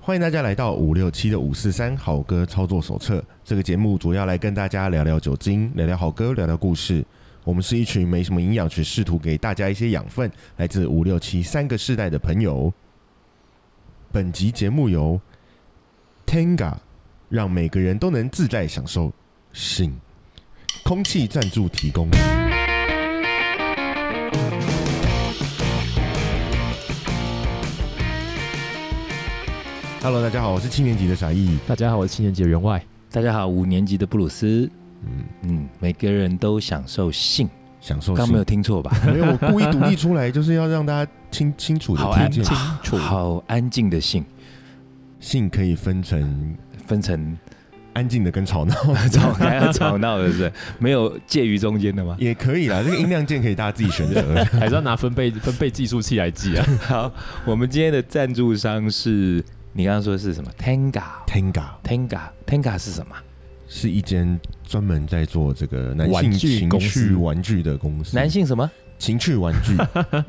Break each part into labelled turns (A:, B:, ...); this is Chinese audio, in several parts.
A: 欢迎大家来到五六七的五四三好歌操作手册。这个节目主要来跟大家聊聊酒精，聊聊好歌，聊聊故事。我们是一群没什么营养，却试图给大家一些养分，来自五六七三个世代的朋友。本集节目由 Tenga 让每个人都能自在享受性空气赞助提供。Hello，大家好，我是七年级的傻义。
B: 大家好，我是七年级的员外。
C: 大家好，五年级的布鲁斯，
A: 嗯，
C: 嗯，每个人都享受性，
A: 享受
C: 刚没
A: 性
C: 有听错吧？
A: 没有，我故意独立出来，就是要让大家清清楚
C: 好
A: 的
C: 安
A: 听
C: 静
A: 见，，
C: 好安静的性，
A: 性可以分成
C: 分成
A: 安静的跟 吵闹，
C: 吵还要吵闹的是没有介于中间的吗？
A: 也可以啦。这个音量键可以大家自 己选择。
B: 还是要拿分贝分贝计数器来记啊？
C: 好，我们今天的赞助商是你刚刚说的是什么？Tenga，Tenga，Tenga
A: Tenga
C: Tenga, Tenga 是什么？
A: 是一间专门在做这个男性
B: 玩具
A: 情
B: 公
A: 趣
B: 司
A: 玩具的公司，
C: 男性什么？
A: 情趣玩 具，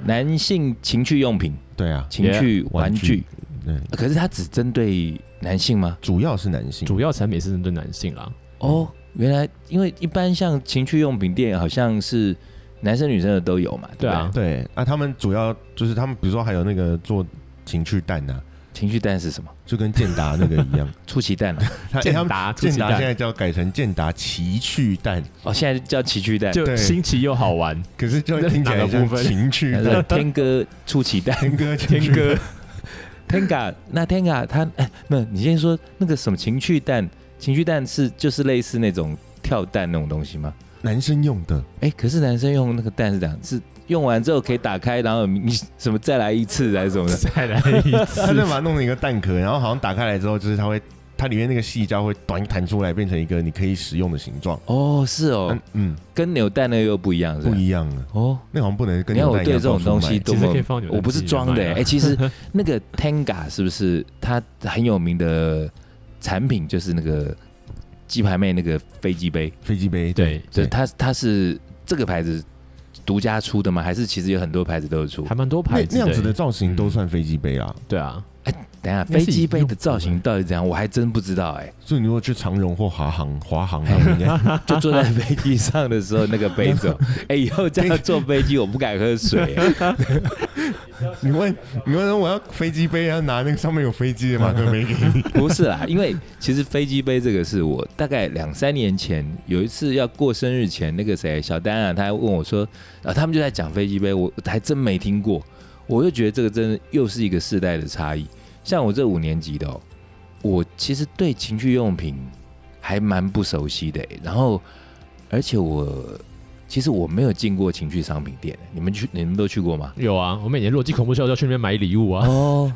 C: 男性情趣用品、
A: 对啊，
C: 情趣玩具。
A: 对，
C: 可是它只针对男性吗？
A: 主要是男 性，
B: 主要产品是针对男性啦。
C: 哦，原来因为一般像情趣用品店好像是男生女生的都有嘛，
B: 对
C: 对
B: 啊
C: 吧？
A: 对啊，他们主要就是他们，比如说还有那个做情趣蛋呐、啊，
C: 情趣蛋是什么？
A: 就跟健达那个一样，
C: 出奇蛋啊！
A: 他欸他
B: 健
A: 们
B: 达
A: 健达现
B: 在
A: 在叫改成健达奇趣蛋，
C: 哦，现在叫奇趣蛋，
B: 就
A: 对
B: 新奇又好玩，
A: 可是就听起来
B: 哪个
A: 像
B: 部分
A: 情趣
C: 呃
A: 蛋
C: 那是。天哥出奇 蛋
A: 天哥，
B: 天哥，
C: ，Tenga。那 Tenga 它哎，没有，你先说那个什么情趣蛋，情趣蛋是就是类似那种跳蛋那种东西吗？
A: 男生用的，
C: 哎，可是男生用那个蛋是这样，是用完之后可以打开，然后你什么再来一次还是什么的？
B: 再来一次
A: 他就把它弄成一个蛋壳，然后好像打开来之后，就是它会，它里面那个细胶会短弹出来，变成一个你可以使用的形状。
C: 哦，是哦
A: 嗯，嗯，
C: 跟扭蛋那个又不一样，是吧
A: 不一样啊，
C: 哦。
A: 那好像不能跟
C: 你看
A: 牛
C: 我
A: 蛋一
C: 对
A: 样
C: 这种
A: 到处
C: 东西
A: 卖
C: 多
B: 其实
C: 么
B: 可以放扭蛋机
C: 我不是装的、
B: 卖
C: 欸，
B: 啊
C: 哎、其实那个 Tenga 是不是它很有名的产品就是那个鸡排妹那个飞机杯？
A: 飞机杯，
B: 对，
A: 对
C: 就是它它是这个牌子独家出的吗？还是其实有很多牌子都有出
B: 还？蛮多
A: 那
B: 牌子
A: 那样子的
B: 的。欸
A: 造型都算飞机杯啊。
B: 对啊，
C: 等一下
B: 应该
C: 飞
B: 是
C: 机杯
B: 用
C: 的
B: 过
C: 造型
B: 吧？
C: 到底怎样？我还真不知道哎、
A: 所以你如果去长荣或华航，华航他们应 该
C: 就坐在飞机上的时候那个杯子、哦，哎、以后这样坐飞机我不敢喝水、欸。
A: 你问你问我要飞机杯，要拿那个上面有飞机的 马克杯给你。
C: 不是啦， 因为其实飞机杯这个是我大概两三年前有一次要过生日前，那个谁小丹啊，他还问我说，啊，他们就在讲飞机杯，我还真没听过，我就觉得这个真的又是一个世代的差异。像我这五年级的哦，我其实对情趣用品还蛮不熟悉的欸、然后而且我其实我没有进过情趣商品店欸，你们去你们都去过吗
B: 有啊，我每年洛基恐怖秀都要去那边买礼物啊。
C: 哦，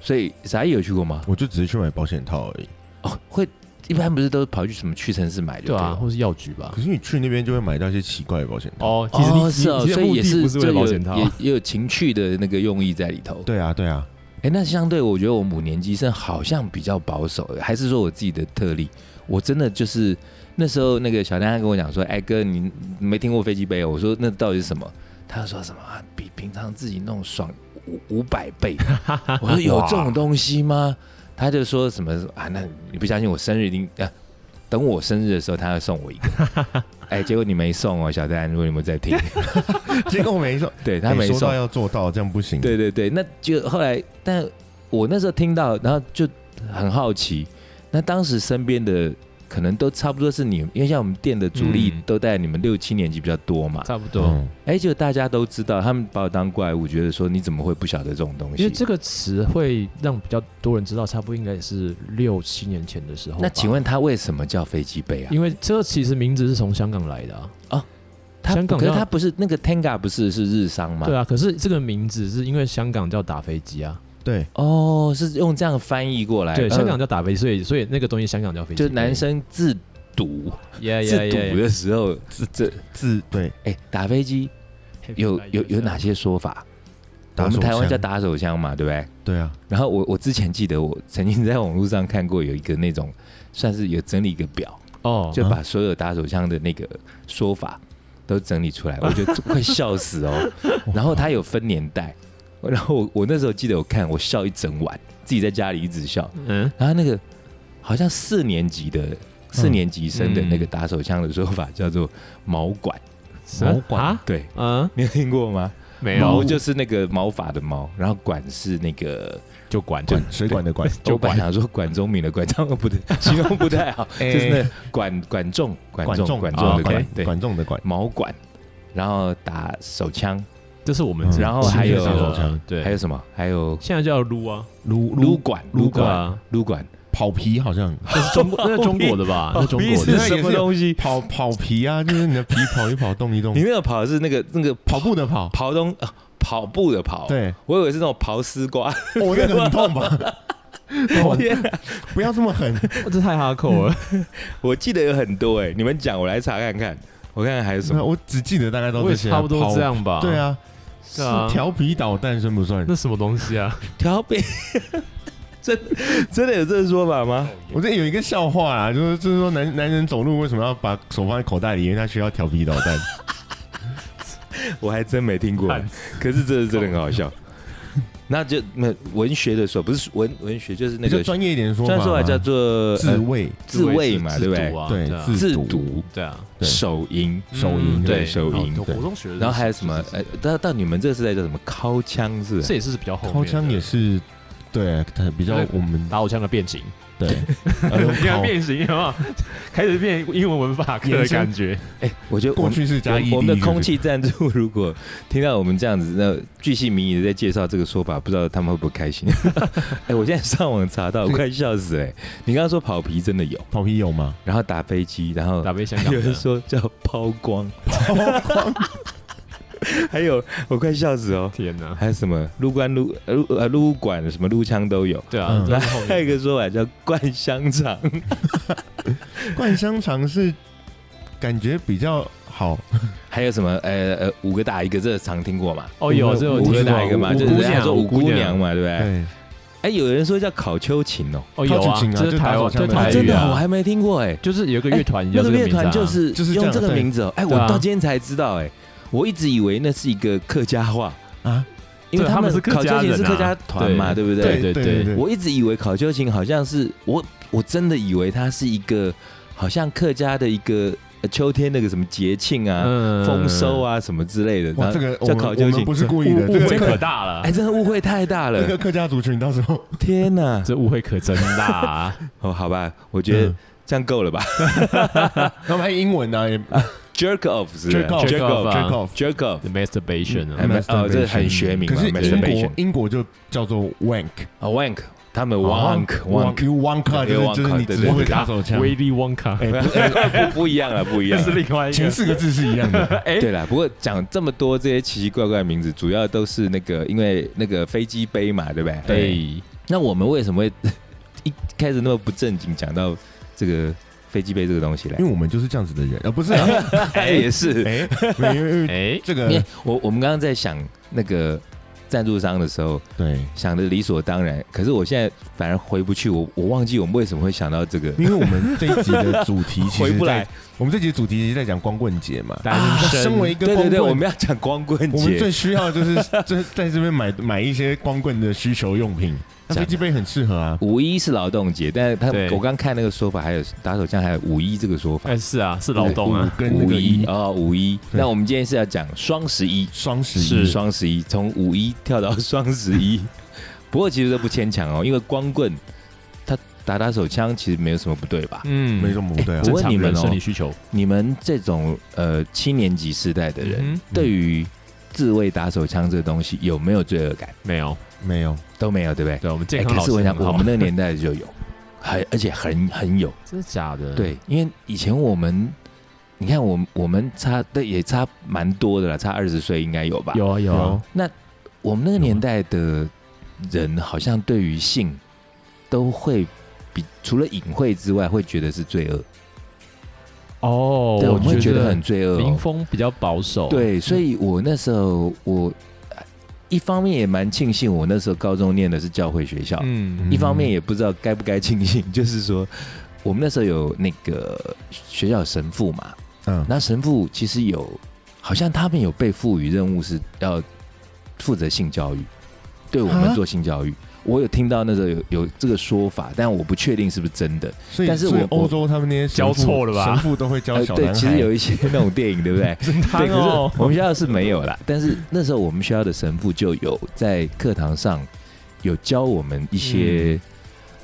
C: 所以傻野有去过吗？
A: 我就只是去买保险套而已。
C: 哦，会一般不是都跑去什么屈臣氏买就
B: 对啊，
C: 了
B: 或是药局吧
A: 可。是你去那边就会买到一些奇怪的保险套。
B: 哦，其实你
C: 哦是哦，
B: 你你的
C: 所以
B: 目
C: 也
B: 的
C: 是
B: 不是为
C: 就
B: 了保
C: 有
B: 险套
C: 也，也有情趣的那个用意在里头。
A: 对啊，对 啊，
C: 哎、那相对我觉得我五年级生好像比较保守，还是说我自己的特例？我真的就是那时候那个小丹他跟我讲说，哎、哥，你你没听过飞机杯哦？我说那到底是什么？他说什么、啊、比平常自己弄爽五五百倍？我说有这种东西吗？他就说什么啊？那你不相信我生日一定啊？等我生日的时候，他会送我一个。哎、结果你没送哦，小丹，如果你们在听，
A: 结果我没 说，
C: 对他
A: 没
C: 没
A: 说
C: 送
A: 到，要做到，这样不行。
C: 对对对，那就后来，但我那时候听到，然后就很好奇。那当时身边的可能都差不多是你，因为像我们店的主力
B: 嗯
C: 都在你们六七年级比较多 嘛。
B: 差不多。
A: 嗯，
C: 哎、就大家都知道，他们把我当怪物，觉得说你怎么会不晓得这种东
B: 因为
C: 西？
B: 这个词会让比较多人知道，差不多应该也是六七年前的时候吧。
C: 那请问他为什么叫飞机杯啊？
B: 因为这个其实名字是从香港来的啊。
C: 他
B: 香港
C: 可是
B: 叫
C: 他不是那个 Tenga 不是是日商吗？
B: 对啊，可是这个名字是因为香港叫打飞机啊，
A: 对，
C: 哦，是用这样翻译过来。
B: 对，
C: 呃
B: 香港叫打飞机，所以所以那个东西香港叫飞机
C: 就
B: 杯，
C: 男生自赌
B: yeah,
C: 自
B: yeah,
C: 赌
B: yeah,
C: 的时候，这
A: 自对
C: 哎、打飞机
B: yeah
C: 有有有哪？些说法？我们
A: 手
C: 台湾
A: 枪
C: 叫打手枪嘛，对不对？
A: 对啊，
C: 然后我我之前记得我曾经在网络上看过有一个那种算是有整理一个表，
D: 啊
B: 哦，
C: 就把所有打手枪的那个说法都整理出来，我觉得快笑死哦。然后它有分年代，然后我我那时候记得我看我笑一整晚，自己在家里一直笑。
B: 嗯，
C: 然后那个好像四年级的四年级生的那个
B: 嗯
C: 打手枪的说法叫做毛管，
B: 啊
A: 毛管
B: 啊，哦
C: 对
B: 嗯，
C: 你有听过吗？
B: 没
C: 毛
B: 有
C: 就是那个毛发的毛，然后管是那个
B: 就管
A: 管水管的管，
B: 就
C: 我本
B: 管
C: 来想说管中明的管，这样不对，形容不太好，
A: 哎
C: 就是那管管仲管仲管仲的
B: 啊
C: 管
A: 管，
C: 对
A: 管仲的管，
C: 毛管，然后打手枪，
B: 这是我们
A: 嗯
B: 这
C: 然后还有
B: 新的
A: 手枪
B: 对，
C: 还有什么？还有
B: 现在叫撸啊，
A: 撸
C: 撸管撸
B: 对
C: 管
B: 啊，
C: 撸管，
A: 跑皮好像
B: 那是 中国，那是中国的吧？
D: 哦
B: 那是中国
A: 屁
C: 是
A: 那
B: 的
A: 也
C: 什
A: 是
C: 么东西？
A: 跑跑皮啊，就是你的皮跑一跑，动一动
C: 你，那个跑是那个那个
A: 跑步的跑，
C: 跑东啊跑步的跑，
A: 对，
C: 我以为是那种刨丝瓜，
A: 我那个很痛吧？哇
C: 天啊
A: 不要这么狠，
B: 哦这太哈扣了。
C: 我记得有很多哎，你们讲我来查看看，我看看还有什
A: 那
C: 么？
A: 我只记得大
C: 嗯
A: 概都
B: 我
A: 这
B: 也
A: 些，
B: 差不多
A: 跑
B: 这。样吧。
A: 对，啊，
B: 是啊，
A: 调皮捣蛋算不算？
B: 那什么东西啊？
C: 调皮， 真真的有这个说法吗？
A: 我这有一个笑话啦，就是就是说男男人走路为什么要把手放在口袋里？因为他需要调皮捣蛋。
C: 我还真没听过
B: 看，
C: 可是这真的很好 笑。那就那文学的说，不是文文学，就是那
A: 比较
C: 个
A: 专业一点说
C: 虽
A: 法
C: 然
A: 嘛，
C: 说法叫做
A: 自
C: 呃
A: 卫，
C: 自卫嘛，对不对
B: 自？毒啊
A: 对
B: 对啊，
A: 自
C: 自
A: 毒
C: 读、
B: 对啊。
A: 对
C: 手淫，
A: 手淫
B: 嗯
C: 对
B: 对
C: 手淫
B: 有
A: 对
B: 国中学的，
C: 然后还有什么？呃，到到你们这个时代叫什么？尻枪是不是？
B: 这也是比较后面
A: 掏
B: 的。
A: 枪也是对，它比较
B: 对
A: 我们
B: 打火枪的变形，
A: 对，呃
B: 你看
A: 跑
B: 变 形有没有？开始变英文文法课的
A: 延伸
B: 感 觉。
C: 哎，我觉得我
A: 过
C: 们
A: 去是加
C: 我
A: ED，
C: 我们的空
A: 就是
C: 气赞助，如果听到我们这样子，那巨细靡遗的在介绍这个说法，不知道他们会不会开 心？哎，我现在上网查到，我快笑死哎！你刚刚说跑皮真的有，
A: 跑皮有吗？
C: 然后打飞机，然后
B: 打飞香港
C: 有人
B: 的，
C: 说叫抛光， 还有我快笑死哦，
B: 天哪！
C: 还有什么撸管撸呃撸呃撸管什么撸枪都有，
B: 对啊
A: 嗯，
B: 这是后面
C: 还有一个说法叫灌香肠，
A: 灌香肠是感觉比较好，
C: 还有什么呃呃五个打一个，这个常听过嘛？
B: 哦有，这有
C: 五
A: 听
C: 个
A: 过
C: 打一个嘛，
B: 五
C: 就是
B: 姑
C: 人家
B: 娘
C: 说五姑娘
B: 嘛，
C: 嘛，对不对？
A: 对，
C: 哎，有人说叫烤秋琴哦，
B: 哦有
A: 靠
B: 啊
A: 近，啊
B: 这
A: 就是打
B: 台
A: 手
B: 湾，
A: 枪
B: 这
A: 的
B: 是
A: 哎
B: 台
A: 呀
C: 真
B: 语
C: 的
B: 啊
C: 我还没听过哎，
B: 就是有一个乐团
C: 那
B: 叫
C: 个
B: 这
C: 乐
B: 名字
C: 团
B: 啊，
C: 就是
A: 就是这
C: 用
A: 样
C: 这个名字哦，哎，我
B: 对啊
C: 到今天才知道哎，我一直以为那是一个客家话
A: 啊，
C: 因为
B: 对他们是客
C: 烤
B: 家
C: 秋
B: 人
C: 琴
B: 啊
C: 是客家团嘛，对
B: 对
C: 不对？
B: 对
A: 对对，
C: 我一直以为考究琴好像是我，我真的以为它是一个好像客家的一个、呃秋天那个什么节庆啊、
B: 嗯
C: 丰收，啊什么之类的。
A: 哇，
C: 然
A: 这
C: 后
A: 个我
C: 叫
A: 们
C: 考
A: 我
C: 究
A: 们
C: 琴，
A: 不是故意
B: 误
A: 的，
B: 误会
A: 这
B: 可
A: 个
B: 大了
C: 哎，，真的误会太大
A: 这
C: 了
A: 个！客家族群到时候
C: 天哪！
B: 这误会可真大啊。
C: 哦，好吧，我觉得
A: 嗯
C: 这样够了吧
A: 他们还英文啊呢，也
C: ？Jerk off 是不是
A: jerk off
B: Jerk off 啊
A: jerk off。
C: jerk off
B: The masturbation
C: 哎
B: 啊，
C: 没哦这很学名
A: 可
C: 嘛
A: 是英
C: masturbation
A: 国英国就叫做 wank，
C: 啊 wank，他们
A: 啊
C: wank wank，
A: you wank 啊
C: You
A: 就是
C: wank，
A: 就是你
C: 对
A: 只
C: 对
A: 会
C: 对
A: 打手枪，
B: 威力旺卡，
C: 哎 不不一样了，不一
B: 这
C: 样啊
B: 是
C: 了。
B: 另外一
A: 前
B: 个。
A: 四个字是一样的。
B: 哎，
C: 对啦，不过讲这么多这些奇奇怪怪的名字，主要都是那个因为那个飞机杯嘛，对不对？
B: 对，
C: 那我们为什么会一开始那么不正经讲到这个飞机杯这个东西来
A: 因？为我们就是这样子的人，啊，不是啊，
C: 哎，也是，
A: 哎，没有因为
B: 哎，
A: 这
C: 因为
A: 个
C: 我我们刚刚在想那个赞助商的时候，
A: 对，
C: 想的理所当然，可是我现在反而回不去，我我忘记我们为什么会想到这个，
A: 因为我们这一集的主题其
C: 回
A: 实
C: 不
A: 在
C: 来。
A: 我们这集的主题是在讲光棍节嘛，
B: 单
A: 那身
B: 身
A: 为一个
C: 对
A: 光
C: 对
A: 棍，
C: 对，我们要讲光棍
A: 我们最
C: 节，
A: 需要的就是 就是在这边买买一些光棍的需求用品，那
C: 讲
A: 飞机杯很适合啊。
C: 五一是劳动节，但是他
B: 对
C: 我刚看那个说法，还有打手枪，还有五一这个说法
B: 哎，是啊，是劳动啊，
A: 五跟那
C: 五
A: 个
C: 一
A: 一
C: 啊，哦五一。
A: 对
C: 那我们今天是要讲双十一，
A: 双十
C: 是
A: 一，
C: 双十一，从五一跳到双十 一。不过其实都不牵强哦，因为光棍他打打手枪其实没有什么不对吧？
B: 嗯
A: 没什么不对啊
C: 哎我。
B: 正
C: 问
B: 常
C: 你们
B: 人
C: 哦
B: 生理需求
C: 你们这种呃七年级时代的人，
B: 嗯哼
C: 对于自卫打手枪这个东西有没有罪恶感？
B: 没有，
A: 没有，
C: 都没有，对不对？
B: 对我们
C: 哎
B: 健康
C: 可
B: 老
C: 是
B: 师
C: 我
B: 很
C: 想，
B: 好，
C: 我们那个 年代就有， 很而且很很有。
B: 真的假的？
C: 对，因为以前我们，你看我们我们差对也差蛮多的了，差二十岁应该有吧？
B: 有啊有啊，
C: 我们那个年代的人，好像对于性都会比除了隐晦之外，会觉得是罪恶。
B: 哦，
C: 对，我们会
B: 觉
C: 觉得很罪恶
B: 民
C: 哦、
B: 风比较保守，，
C: 对，所以我那时候我呃一方面也蛮庆幸，我那时候高中念的是教会学校，
B: 嗯
C: 一方面也不知道该不该庆幸， 就是说。我们那时候有那个学校有神父嘛，
A: 嗯，
C: 那神父其实有，好像他们有被赋予任务是要负责性教育，对我们
A: 啊
C: 做性教育。我有听到那时候有有这个说法，但我不确定是不是真的。
A: 所以
C: 但是
A: 所以
C: 我
A: 欧洲他们那些神父
D: 教错了吧
A: 神父都会教
C: 呃，
A: 小
C: 对，
A: 男
C: 其实
A: 孩
C: 有一些 那种电影，对 不对？对，可
D: 哦
C: 是我们学校是没有啦。但是那时候我们学校的神父就有在课堂上有教我们一些，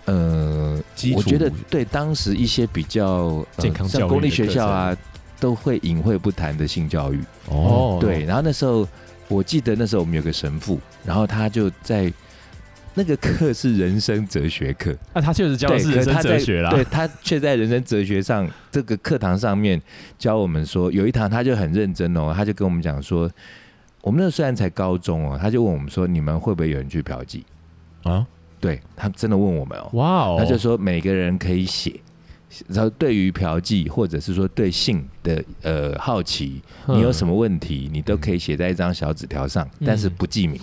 C: 呃，
A: 基础
C: 我觉得对当时一些比较、呃
D: 健康教育
C: 像公立
D: 的
C: 学
D: 课
C: 校啊，都会隐晦不谈的性教育。
A: 哦，
C: 对，，然后那时候我记得那时候我们有个神父，然后他就在那个课是人生哲学课，
D: 那啊他确实教
C: 对，
D: 的是
C: 可
D: 人生
C: 他在
D: 哲学啦，
C: 对他却在人生哲学上这个课堂上面教我们说，有一堂他就很认真哦，他就跟我们讲说，我们那时候虽然才高中哦，他就问我们说，你们会不会有人去嫖妓？
A: 啊，
C: 对他真的问我们哦，
D: 哇哦，
C: 他就说每个人可以写，然后对于嫖妓或者是说对性的呃好奇，你有什
D: 么？
C: 么问题，你都可以写在一张小纸条上，
D: 嗯
C: 但是不记名，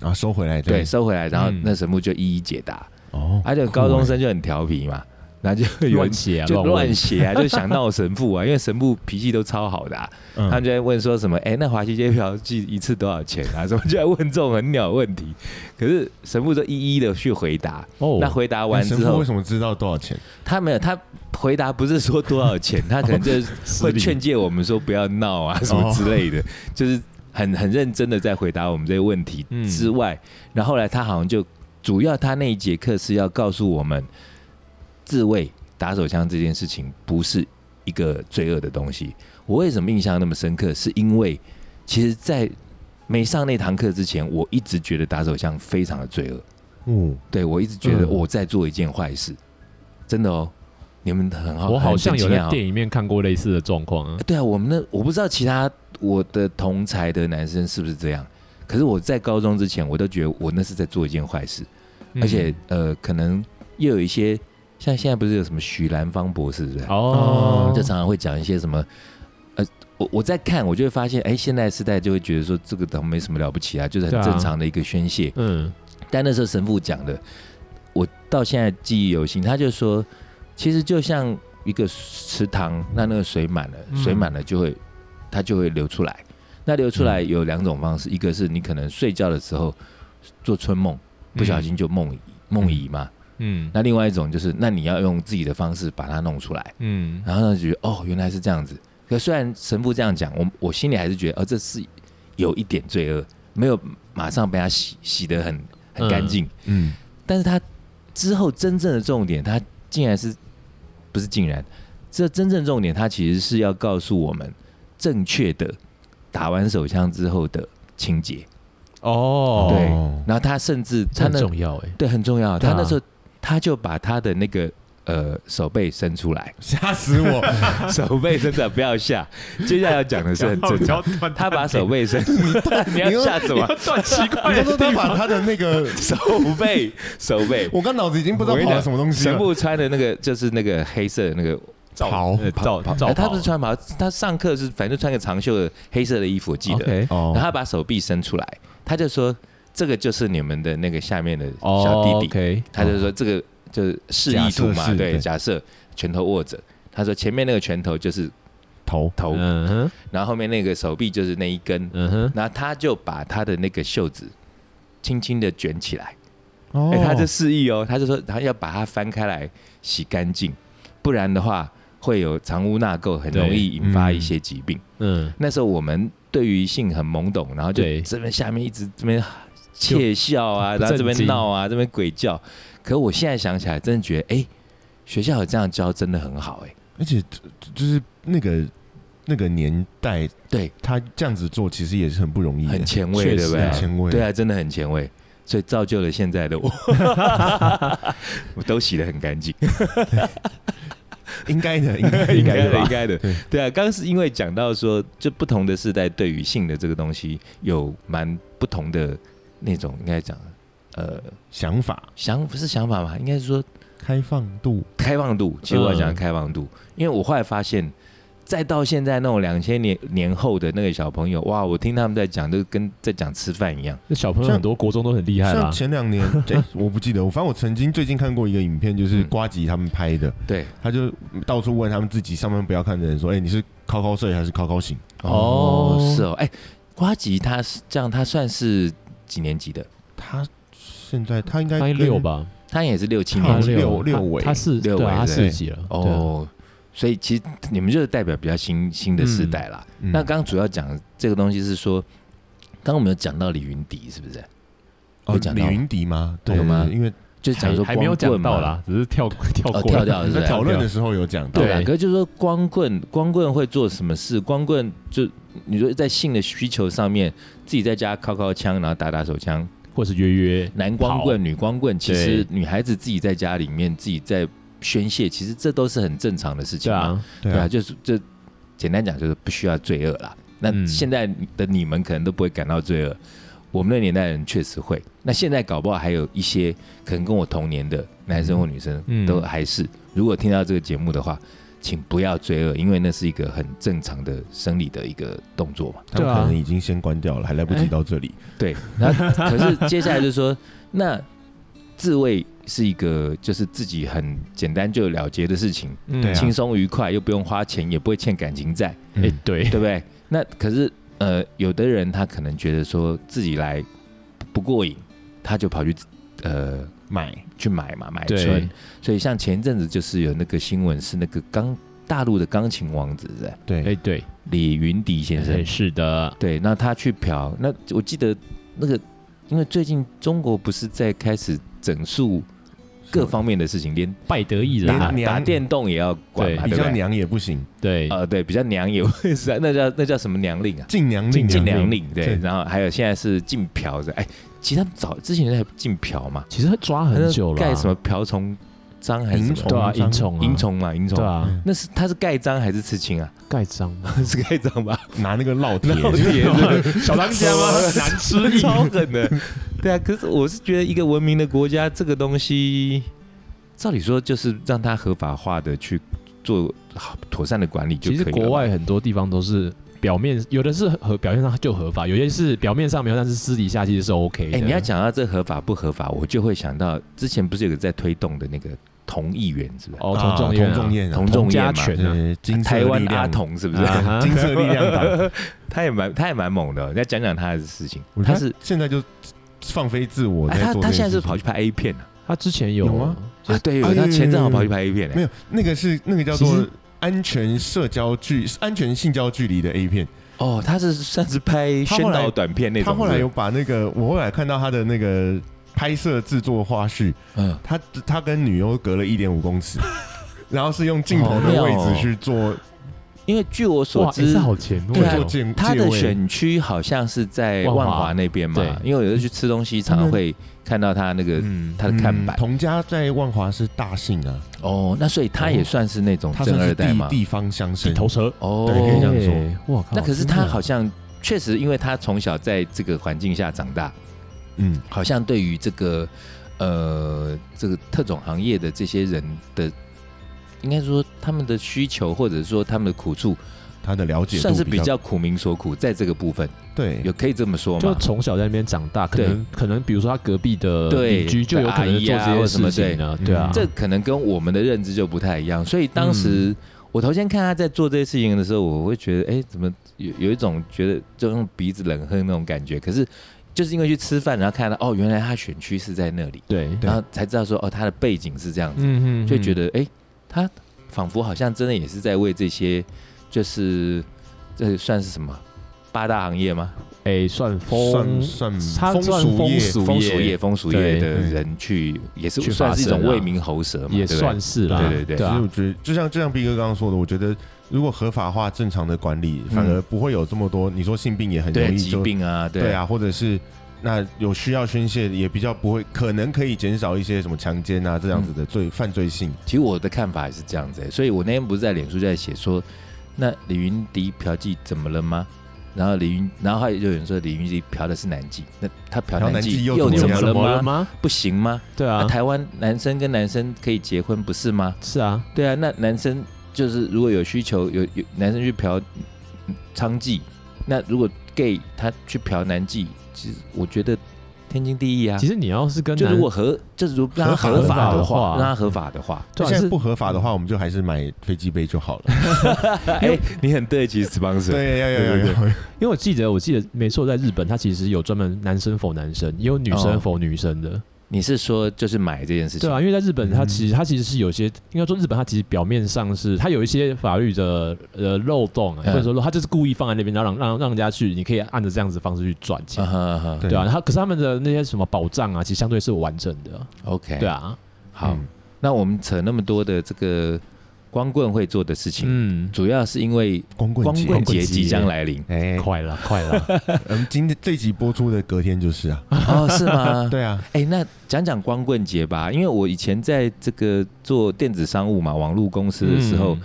A: 然后啊收回来
C: 对，收回来，然后
D: 嗯
C: 那神父就一一解答。
A: 哦，
C: 而且高中生就很调皮嘛，然后就有人
D: 乱写啊，
C: 就
D: 问
C: 乱写 啊，就想闹神父啊，因为神父脾气都超好的、啊，他
A: 嗯
C: 们就在问说什么，哎、那华西街嫖妓一次多少钱啊？ 什么就在问这种很鸟的问题，可是神父就一一的去回答。
D: 哦，
C: 那回答完
A: 哎神
C: 之
A: 父
C: 后
A: 为，什么知道多少钱？
C: 他没有，他回答不是说多少钱，他可能就是会劝诫我们说不要闹啊什么之类的，就是很很认真的在回答我们这些问题
D: 嗯
C: 之外，然后后来他好像就主要他那一节课是要告诉我们，自卫打手枪这件事情不是一个罪恶的东西。我为什么印象那么深刻？是因为其实，在没上那堂课之前，我一直觉得打手枪非常的罪恶。
A: 哦，
C: 对我一直觉得
D: 嗯
C: 我在做一件坏事，真的哦。你们很好，
D: 我好像有在
C: 很惊讶哦
D: 电影里面看过类似的状况啊。
C: 对啊，我们那我不知道其他我的同才的男生是不是这样，可是我在高中之前，我都觉得我那是在做一件坏事，
D: 嗯
C: 而且呃，可能又有一些像现在不是有什么许兰芳博士对不对？
D: 哦，
C: 就常常会讲一些什么，呃，我我在看，我就会发现，哎，现在时代就会觉得说这个倒没什么了不起啊，就是
D: 对
C: 很
D: 啊
C: 正常的一个宣泄。
D: 嗯，
C: 但那时候神父讲的，我到现在记忆犹新。他就说，其实就像一个池塘，那那个水满了，
D: 嗯
C: 水满了就会它就会流出来。那流出来有两种方式，一个是你可能睡觉的时候做春梦，不小心就梦遗梦遗嘛。
D: 嗯，
C: 那另外一种就是，那你要用自己的方式把它弄出来。
D: 嗯
C: 然后呢，就觉得哦，原来是这样子。可虽然神父这样讲，我我心里还是觉得，哦，这是有一点罪恶，没有马上被他洗洗得很很干净。
A: 嗯，
C: 但是他之后真正的重点，他竟然是不是竟然？这真正重点，他其实是要告诉我们正确的打完手枪之后的清洁。
D: 哦，
C: 对然后他甚至
B: 这
C: 他
B: 很
C: 那
B: 重要哎、
C: 对很重要，
D: 对
C: 他
D: 啊
C: 那时候他就把他的那个呃手背伸出 来，
A: 吓死我！
C: 手背伸出来不要下。接下来要讲的是很正常，
D: 常
C: 他把手背伸，你要下什么？
D: 断奇
A: 你
D: 怪
A: 刚
D: 的
A: 说他
D: 地
A: 把
D: 方，
A: 他的那个，
C: 手背手背。
A: 我刚脑子已经不知道跑了什么东西
C: 神
A: 了。
C: 父穿的那个就是那个黑色的那个
A: 袍
D: 呃罩罩袍，
C: 哎他不是穿袍，他上课是反正穿个长袖的黑色的衣服，我记得。
D: OK
A: 哦
C: 然后他把手臂伸出来，他就说：“这个就是你们的那个下面的
A: 哦
C: 小弟弟。
D: ，OK，
C: 他就说：“这个就是示意图嘛，
A: 哦假设是
C: 对，
A: 对
C: 假设拳头握着。”他说：“前面那个拳头就是
A: 头
C: 头，
D: 嗯哼，
C: 然后后面那个手臂就是那一根。
D: 嗯哼，
C: 然后他就把他的那个袖子轻轻的卷起来，
A: 哦
C: 哎、他就示意哦，他就说他要把它翻开来洗干净，不然的话会有藏污纳垢，很容
D: 对
C: 易引发
A: 嗯
C: 一些疾病。
D: 嗯，
C: 那时候我们对于性很懵懂，然后就
D: 对
C: 这边下面一直这边窃笑啊，
D: 不
C: 然后这
D: 正
C: 边
D: 经
C: 闹啊，这边鬼叫。可我现在想起来，真的觉得哎、学校有这样教真的很好哎、
A: 而且就就是那个那个年代，
C: 对，
A: 他这样子做其实也是很不容易的，
C: 很前卫，
D: 确
C: 对
D: 实
C: 不
A: 很
C: 对？
A: 前卫。
C: 对，啊，真的很前卫，所以造就了现在 的我， 我都洗得很干净。
A: 应该 的，应该的
C: 应该
A: 的
C: 的，
A: 吧
C: 应该的
A: 对。
C: 对啊，刚刚是因为讲到说，就不同的世代对于性的这个东西有蛮不同的那种，应该讲呃
A: 想法
C: 想不是想法嘛，应该是说
A: 开放度，
C: 开放度。其实我要讲
D: 嗯
C: 开放度，因为我后来发现，再到现在那种两千年年后的那个小朋友，哇，我听他们在讲，都跟在讲吃饭一样。
D: 那小朋友很多国中都很厉害啦
A: 像，前两 年，哎，我不记得，我反正我曾经最近看过一个影片，就是
C: 嗯
A: 瓜吉他们拍的，
C: 对，
A: 他就到处问他们自己上班不要看的人说，哎，你是靠靠睡还是靠靠醒？
D: 哦
C: 是哦，哎，瓜吉他是这样，他算是几年级的？
A: 他现在他应该
D: 他
A: 跟
D: 六，吧，
C: 他也是六七
A: 他
D: 好
C: 年
D: 像
C: 级
A: 六
D: 六
A: 六
D: 他
A: 尾
D: 他四
C: 六
D: 对啊
C: 尾
D: 他
C: 对
D: 四级了，对啊，
C: 哦。所以其实你们就是代表比较新新的世代啦。
A: 嗯
C: 那刚刚主要讲这个东西是说，刚刚我们有讲到李云迪是不是？
A: 哦
C: 有讲
A: 李
C: 到哦
A: 云迪吗？对
C: 有吗
A: 因为
C: 就是讲说
D: 还还没有
C: 光
D: 讲
C: 棍嘛
D: 到啦，只是跳跳
C: 哦
D: 过
C: 跳掉了是不
A: 在
C: 是
A: 讨论的时候有讲到，
C: 对啦，
D: 对
C: 可是就是说光棍，光棍会做什么事？光棍就你说在性的需求上面，自己在家敲敲枪，然后打打手枪，
D: 啊或是约约，
C: 男光棍、女光棍，其实
D: 对
C: 女孩子自己在家里面自己在宣泄，其实这都是很正常的事情
D: 对
C: 嘛。
D: 啊，
A: 对
C: 对啊，
A: 啊，
C: 就是这简单讲就是不需要罪恶啦。那
D: 嗯
C: 现在的你们可能都不会感到罪恶，我们那年代人确实会。那现在搞不好还有一些可能跟我同年的男生或女生
D: 嗯
C: 都还是，如果听到这个节目的话，请不要罪恶，因为那是一个很正常的生理的一个动作嘛。
A: 他们
D: 对啊
A: 可能已经先关掉了，还来不及
C: 哎
A: 到这里。
C: 对，那可是接下来就是说， 那自慰是一个就是自己很简单就了结的事情，
D: 嗯
A: 对啊
C: 轻松愉快，又不用花钱，也不会欠感情债。
D: 哎
A: 嗯，
D: 对，
C: 对不对？那可是呃，有的人他可能觉得说自己来不过瘾，他就跑去呃
A: 买
C: 去买嘛，买
D: 对
C: 春。所以像前一阵子就是有那个新闻是那个钢大陆的钢琴王子是不是
A: 对
D: 哎对，
C: 李云迪先生
D: 哎，是的，
C: 对，那他去嫖，那我记得那个因为最近中国不是在开始整肃各方面的事情，连
D: 拜得一人
C: 打
D: 啊
A: 连，
C: 打
A: 娘
C: 电动也要管嘛，
A: 比
C: 对不
A: 较
C: 对？
A: 娘也不行，
D: 对，
C: 呃，对，比较娘也会 是啊，那叫那叫什么娘令啊？
A: 禁娘令，
C: 禁娘令，对，
A: 对
C: 然后还有现在是禁嫖的，哎，其实他们早之前在禁嫖嘛，
D: 其实抓很久了啊，
C: 盖什么瓢虫章还是什
A: 蝇
C: 么
A: 虫
D: 对啊，
A: 章
D: 蝇虫啊，
C: 蝇，虫嗯嘛，蝇
D: 对
A: 嗯
C: 虫，
D: 啊，
C: 那是他是盖章还是刺 青啊？
D: 盖章嘛，
C: 是盖章吧？
A: 拿那个烙铁，
C: 烙铁是 不是
D: 小当家吗 难吃 一
C: 超狠的，对啊。可是我是觉得一个文明的国家，这个东西，照理说就是让它合法化的去做好妥善的管理就
D: 其
C: 可以
D: 实
C: 了嘛。
D: 国外很多地方都是表面，有的是合表面上就合法，有些是表面上没有，但是私底下其实是 OK 的。
C: 哎、你要讲到这合法不合法，我就会想到之前不是有个在推动的那个同议员，是不是？
D: 哦，
A: 啊
D: 同众宴啊，
A: 同众宴啊，
C: 同
D: 同
C: 众宴
D: 家
C: 嘛，
D: 权啊，
A: 对金色
C: 台湾
A: 力量
C: 阿童是不是？
D: 啊哈
A: 金色力量 党，
C: 他也蛮他也蛮猛的，你要讲讲他的事情
A: 我。觉
C: 他
A: 得
C: 是
A: 现在就放飞自我
C: 哎
A: 在
C: 他
A: 做
C: 他
A: 这件事情。
C: 现在是跑去拍 A 片啊？
D: 他之前有
A: 有啊
C: 啊，对，
A: 哎呦
C: 有他前阵好跑去拍 A 片
A: 没
C: 欸
A: 有那个是那个叫做
D: 其实
A: 安全社交距安全性交距离的 A 片，
C: 哦，他是算是拍
A: 他
C: 宣
A: 后来
C: 导短片那种。
A: 他后来
C: 是
A: 有
C: 不
A: 把那个我后来看到他的那个拍摄制作花絮，
C: 是嗯，
A: 他他跟女优隔了一点五公 尺，然后是用镜头的
C: 好妙
A: 位
C: 哦
A: 置去做
C: 因为据我所
D: 哇，也
C: 知
D: 是，好前
A: 做
C: 对
D: 卫
C: 啊
A: 做
D: 哦，
A: 借
C: 他
A: 借
C: 的
A: 位
C: 选区好像是在
D: 万华
C: 万华那边嘛
D: 对。
C: 因为有时候去吃东西，常常会看到他那个
D: 嗯，
C: 他的看
A: 嗯
C: 板。
A: 童家在万华是大姓啊，
C: 哦，那所以他也算是那种
A: 哦他
C: 正
A: 算
C: 二
A: 是
C: 代
A: 地
C: 嘛。
A: 地方乡绅
D: 顶，头蛇，
C: 哦，
A: 对可以这样说哦
D: 哎，哇靠，
C: 那可是他好
D: 真
C: 像确实，因为他从小在这个环境下长大，
A: 嗯，
C: 好像对于这个呃这个特种行业的这些人的，应该说他们的需求或者说他们的苦处，
A: 他的了解度
C: 算是
A: 比
C: 比较苦民所苦，在这个部分
A: 对
C: 有，可以这么说
D: 的就
C: 吗？
D: 从小在那边长大，可
C: 对
D: 能可能比如说他隔壁的
C: 对
D: 邻居就有可能做这些事情呢，
A: 对
D: 对啊
A: 嗯，
C: 这可能跟我们的认知就不太一样，所以当时。我头先看他在做这些事情的时候，我会觉得，哎、怎么有有一种觉得就用鼻子冷哼那种感觉？可是就是因为去吃饭，然后看到哦，原来他选区是在那里，
D: 对，
A: 对
C: 然后才知道说哦，他的背景是这样子，
D: 嗯嗯
C: 就觉得哎、诶他仿佛好像真的也是在为这些，就是这算是什么八大行业吗？
D: 哎算风
A: 算。算
D: 他
A: 风
D: 算
A: 俗业
D: 风俗
C: 风俗业、风俗业
D: 对
C: 的人去，也是
D: 去
C: 算
D: 发
C: 是一种
D: 声啊
C: 为民喉舌嘛，
D: 也
C: 对不对
D: 算是啦，
C: 对对对
A: 其实
D: 啊
A: 我，觉得，就像就像斌哥刚刚说的，我觉得如果合法化、正常的管理，反而不会有这么多。你说性病也很容
C: 嗯对
A: 易
C: 疾
A: 就
C: 病啊，对
A: 对，啊，或者是那有需要宣泄，也比较不会，可能可以减少一些什么强奸啊这样子的罪犯罪性。
C: 其实我的看法也是这样子、欸，所以我那天不是在脸书就在写说，那李云迪嫖妓怎么了吗？然后李云，然后还有有人说李云迪嫖的是男妓，那他嫖
A: 嫖
C: 男
A: 男妓
C: 妓
A: 又
C: 又
A: 怎么
C: 怎么
A: 样
C: 了
D: 怎么了
C: 吗？
D: 吗？
C: 不行吗？
D: 对
C: 那、
D: 啊，
C: 台湾男生跟男生可以结婚不是吗？
D: 是啊，
C: 对啊，那男生就是如果有需求，有有男生去嫖娼妓，那如果 gay 他去嫖男妓，其实我觉得天经地义啊
D: 其。实你要是跟
C: 就
D: 男
C: 如果合，就是如果让它合法
D: 合法
C: 的
D: 的
C: 话，
D: 话
C: 让它合法的话，
A: 那
D: 对啊
A: 现在
D: 是
A: 不合法的话，我们就还是买飞机杯就好了。
C: 哎，你很对得起 sponsor。
A: 对，要
C: 对对
A: 要，
D: 因为我记得我记得没错，在日本它其实有专门男生否男生，也有女
C: 哦
D: 生否女生的。
C: 你是说就是嗯买这件事情？
D: 对啊，因为在日本，它其实它其实是有些，应该说日本它其实表面上是它有一些法律的呃漏洞啊，
C: 嗯
D: 或者说漏它就是故意放在那边，然后让让让人家去，你可以按着这样子的方式去赚钱
C: 啊，哈啊哈，
A: 对
D: 对啊。然后可是他们的那些什么保障啊，其实相对是完整的，
C: ，OK，
D: 对，啊，
C: 好
A: 嗯，
C: 那我们扯那么多的这个光棍会做的事情，
D: 嗯，
C: 主要是因为
A: 光棍
C: 光
A: 节，
C: 棍节
D: 节
C: 即将 来临
A: 哎，
D: 快 了快了，
A: 我们今天这集播出的隔天就是啊，
C: 哦，是 吗？
A: 对啊，
C: 哎，那讲讲光棍节吧，因为我以前在这个做电子商务嘛，网络公司的时候，
D: 嗯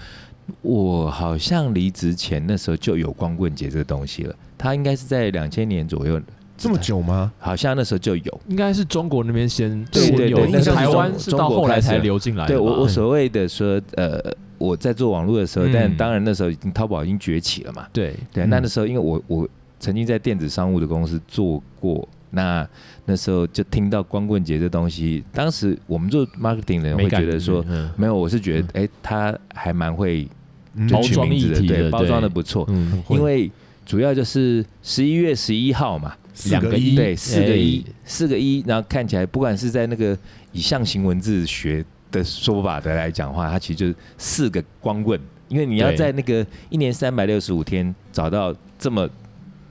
C: 我好像离职前那时候就有光棍节这个东西了，它应该是在两千年左右，
A: 这么久吗？
C: 好像那时候就有。
D: 应该是中国那边先
C: 对
D: 先
C: 对
D: 有
A: 对
D: 但是
A: 印象
D: 台
A: 中
D: 湾是到后来才流进来的吧。哎
C: 对我我所谓的说，呃，我在做网络的时候，
D: 嗯
C: 但当然那时候已经淘宝已经崛起了嘛。
D: 对
C: 对，
A: 嗯
C: 那那时候因为我我曾经在电子商务的公司做过，那那时候就听到光棍节这东西，当时我们做 marketing 的人会
D: 没感
C: 觉得说，
D: 嗯
C: 没有，我是觉得哎、他还蛮会
A: 嗯
C: 就
D: 包
C: 取
D: 装
C: 名字
D: 一体的
C: 对，
D: 对
C: 包装的不错，
D: 嗯，
A: 会
C: 因为。主要就是十一月十一号嘛，
A: 四个一，
C: 对，四个一
D: 哎，
C: 四个一，然后看起来，不管是在那个以象形文字学的说法的来讲话，它其实就是四个光棍，因为你要
D: 对
C: 在那个一年三百六十五天找到这么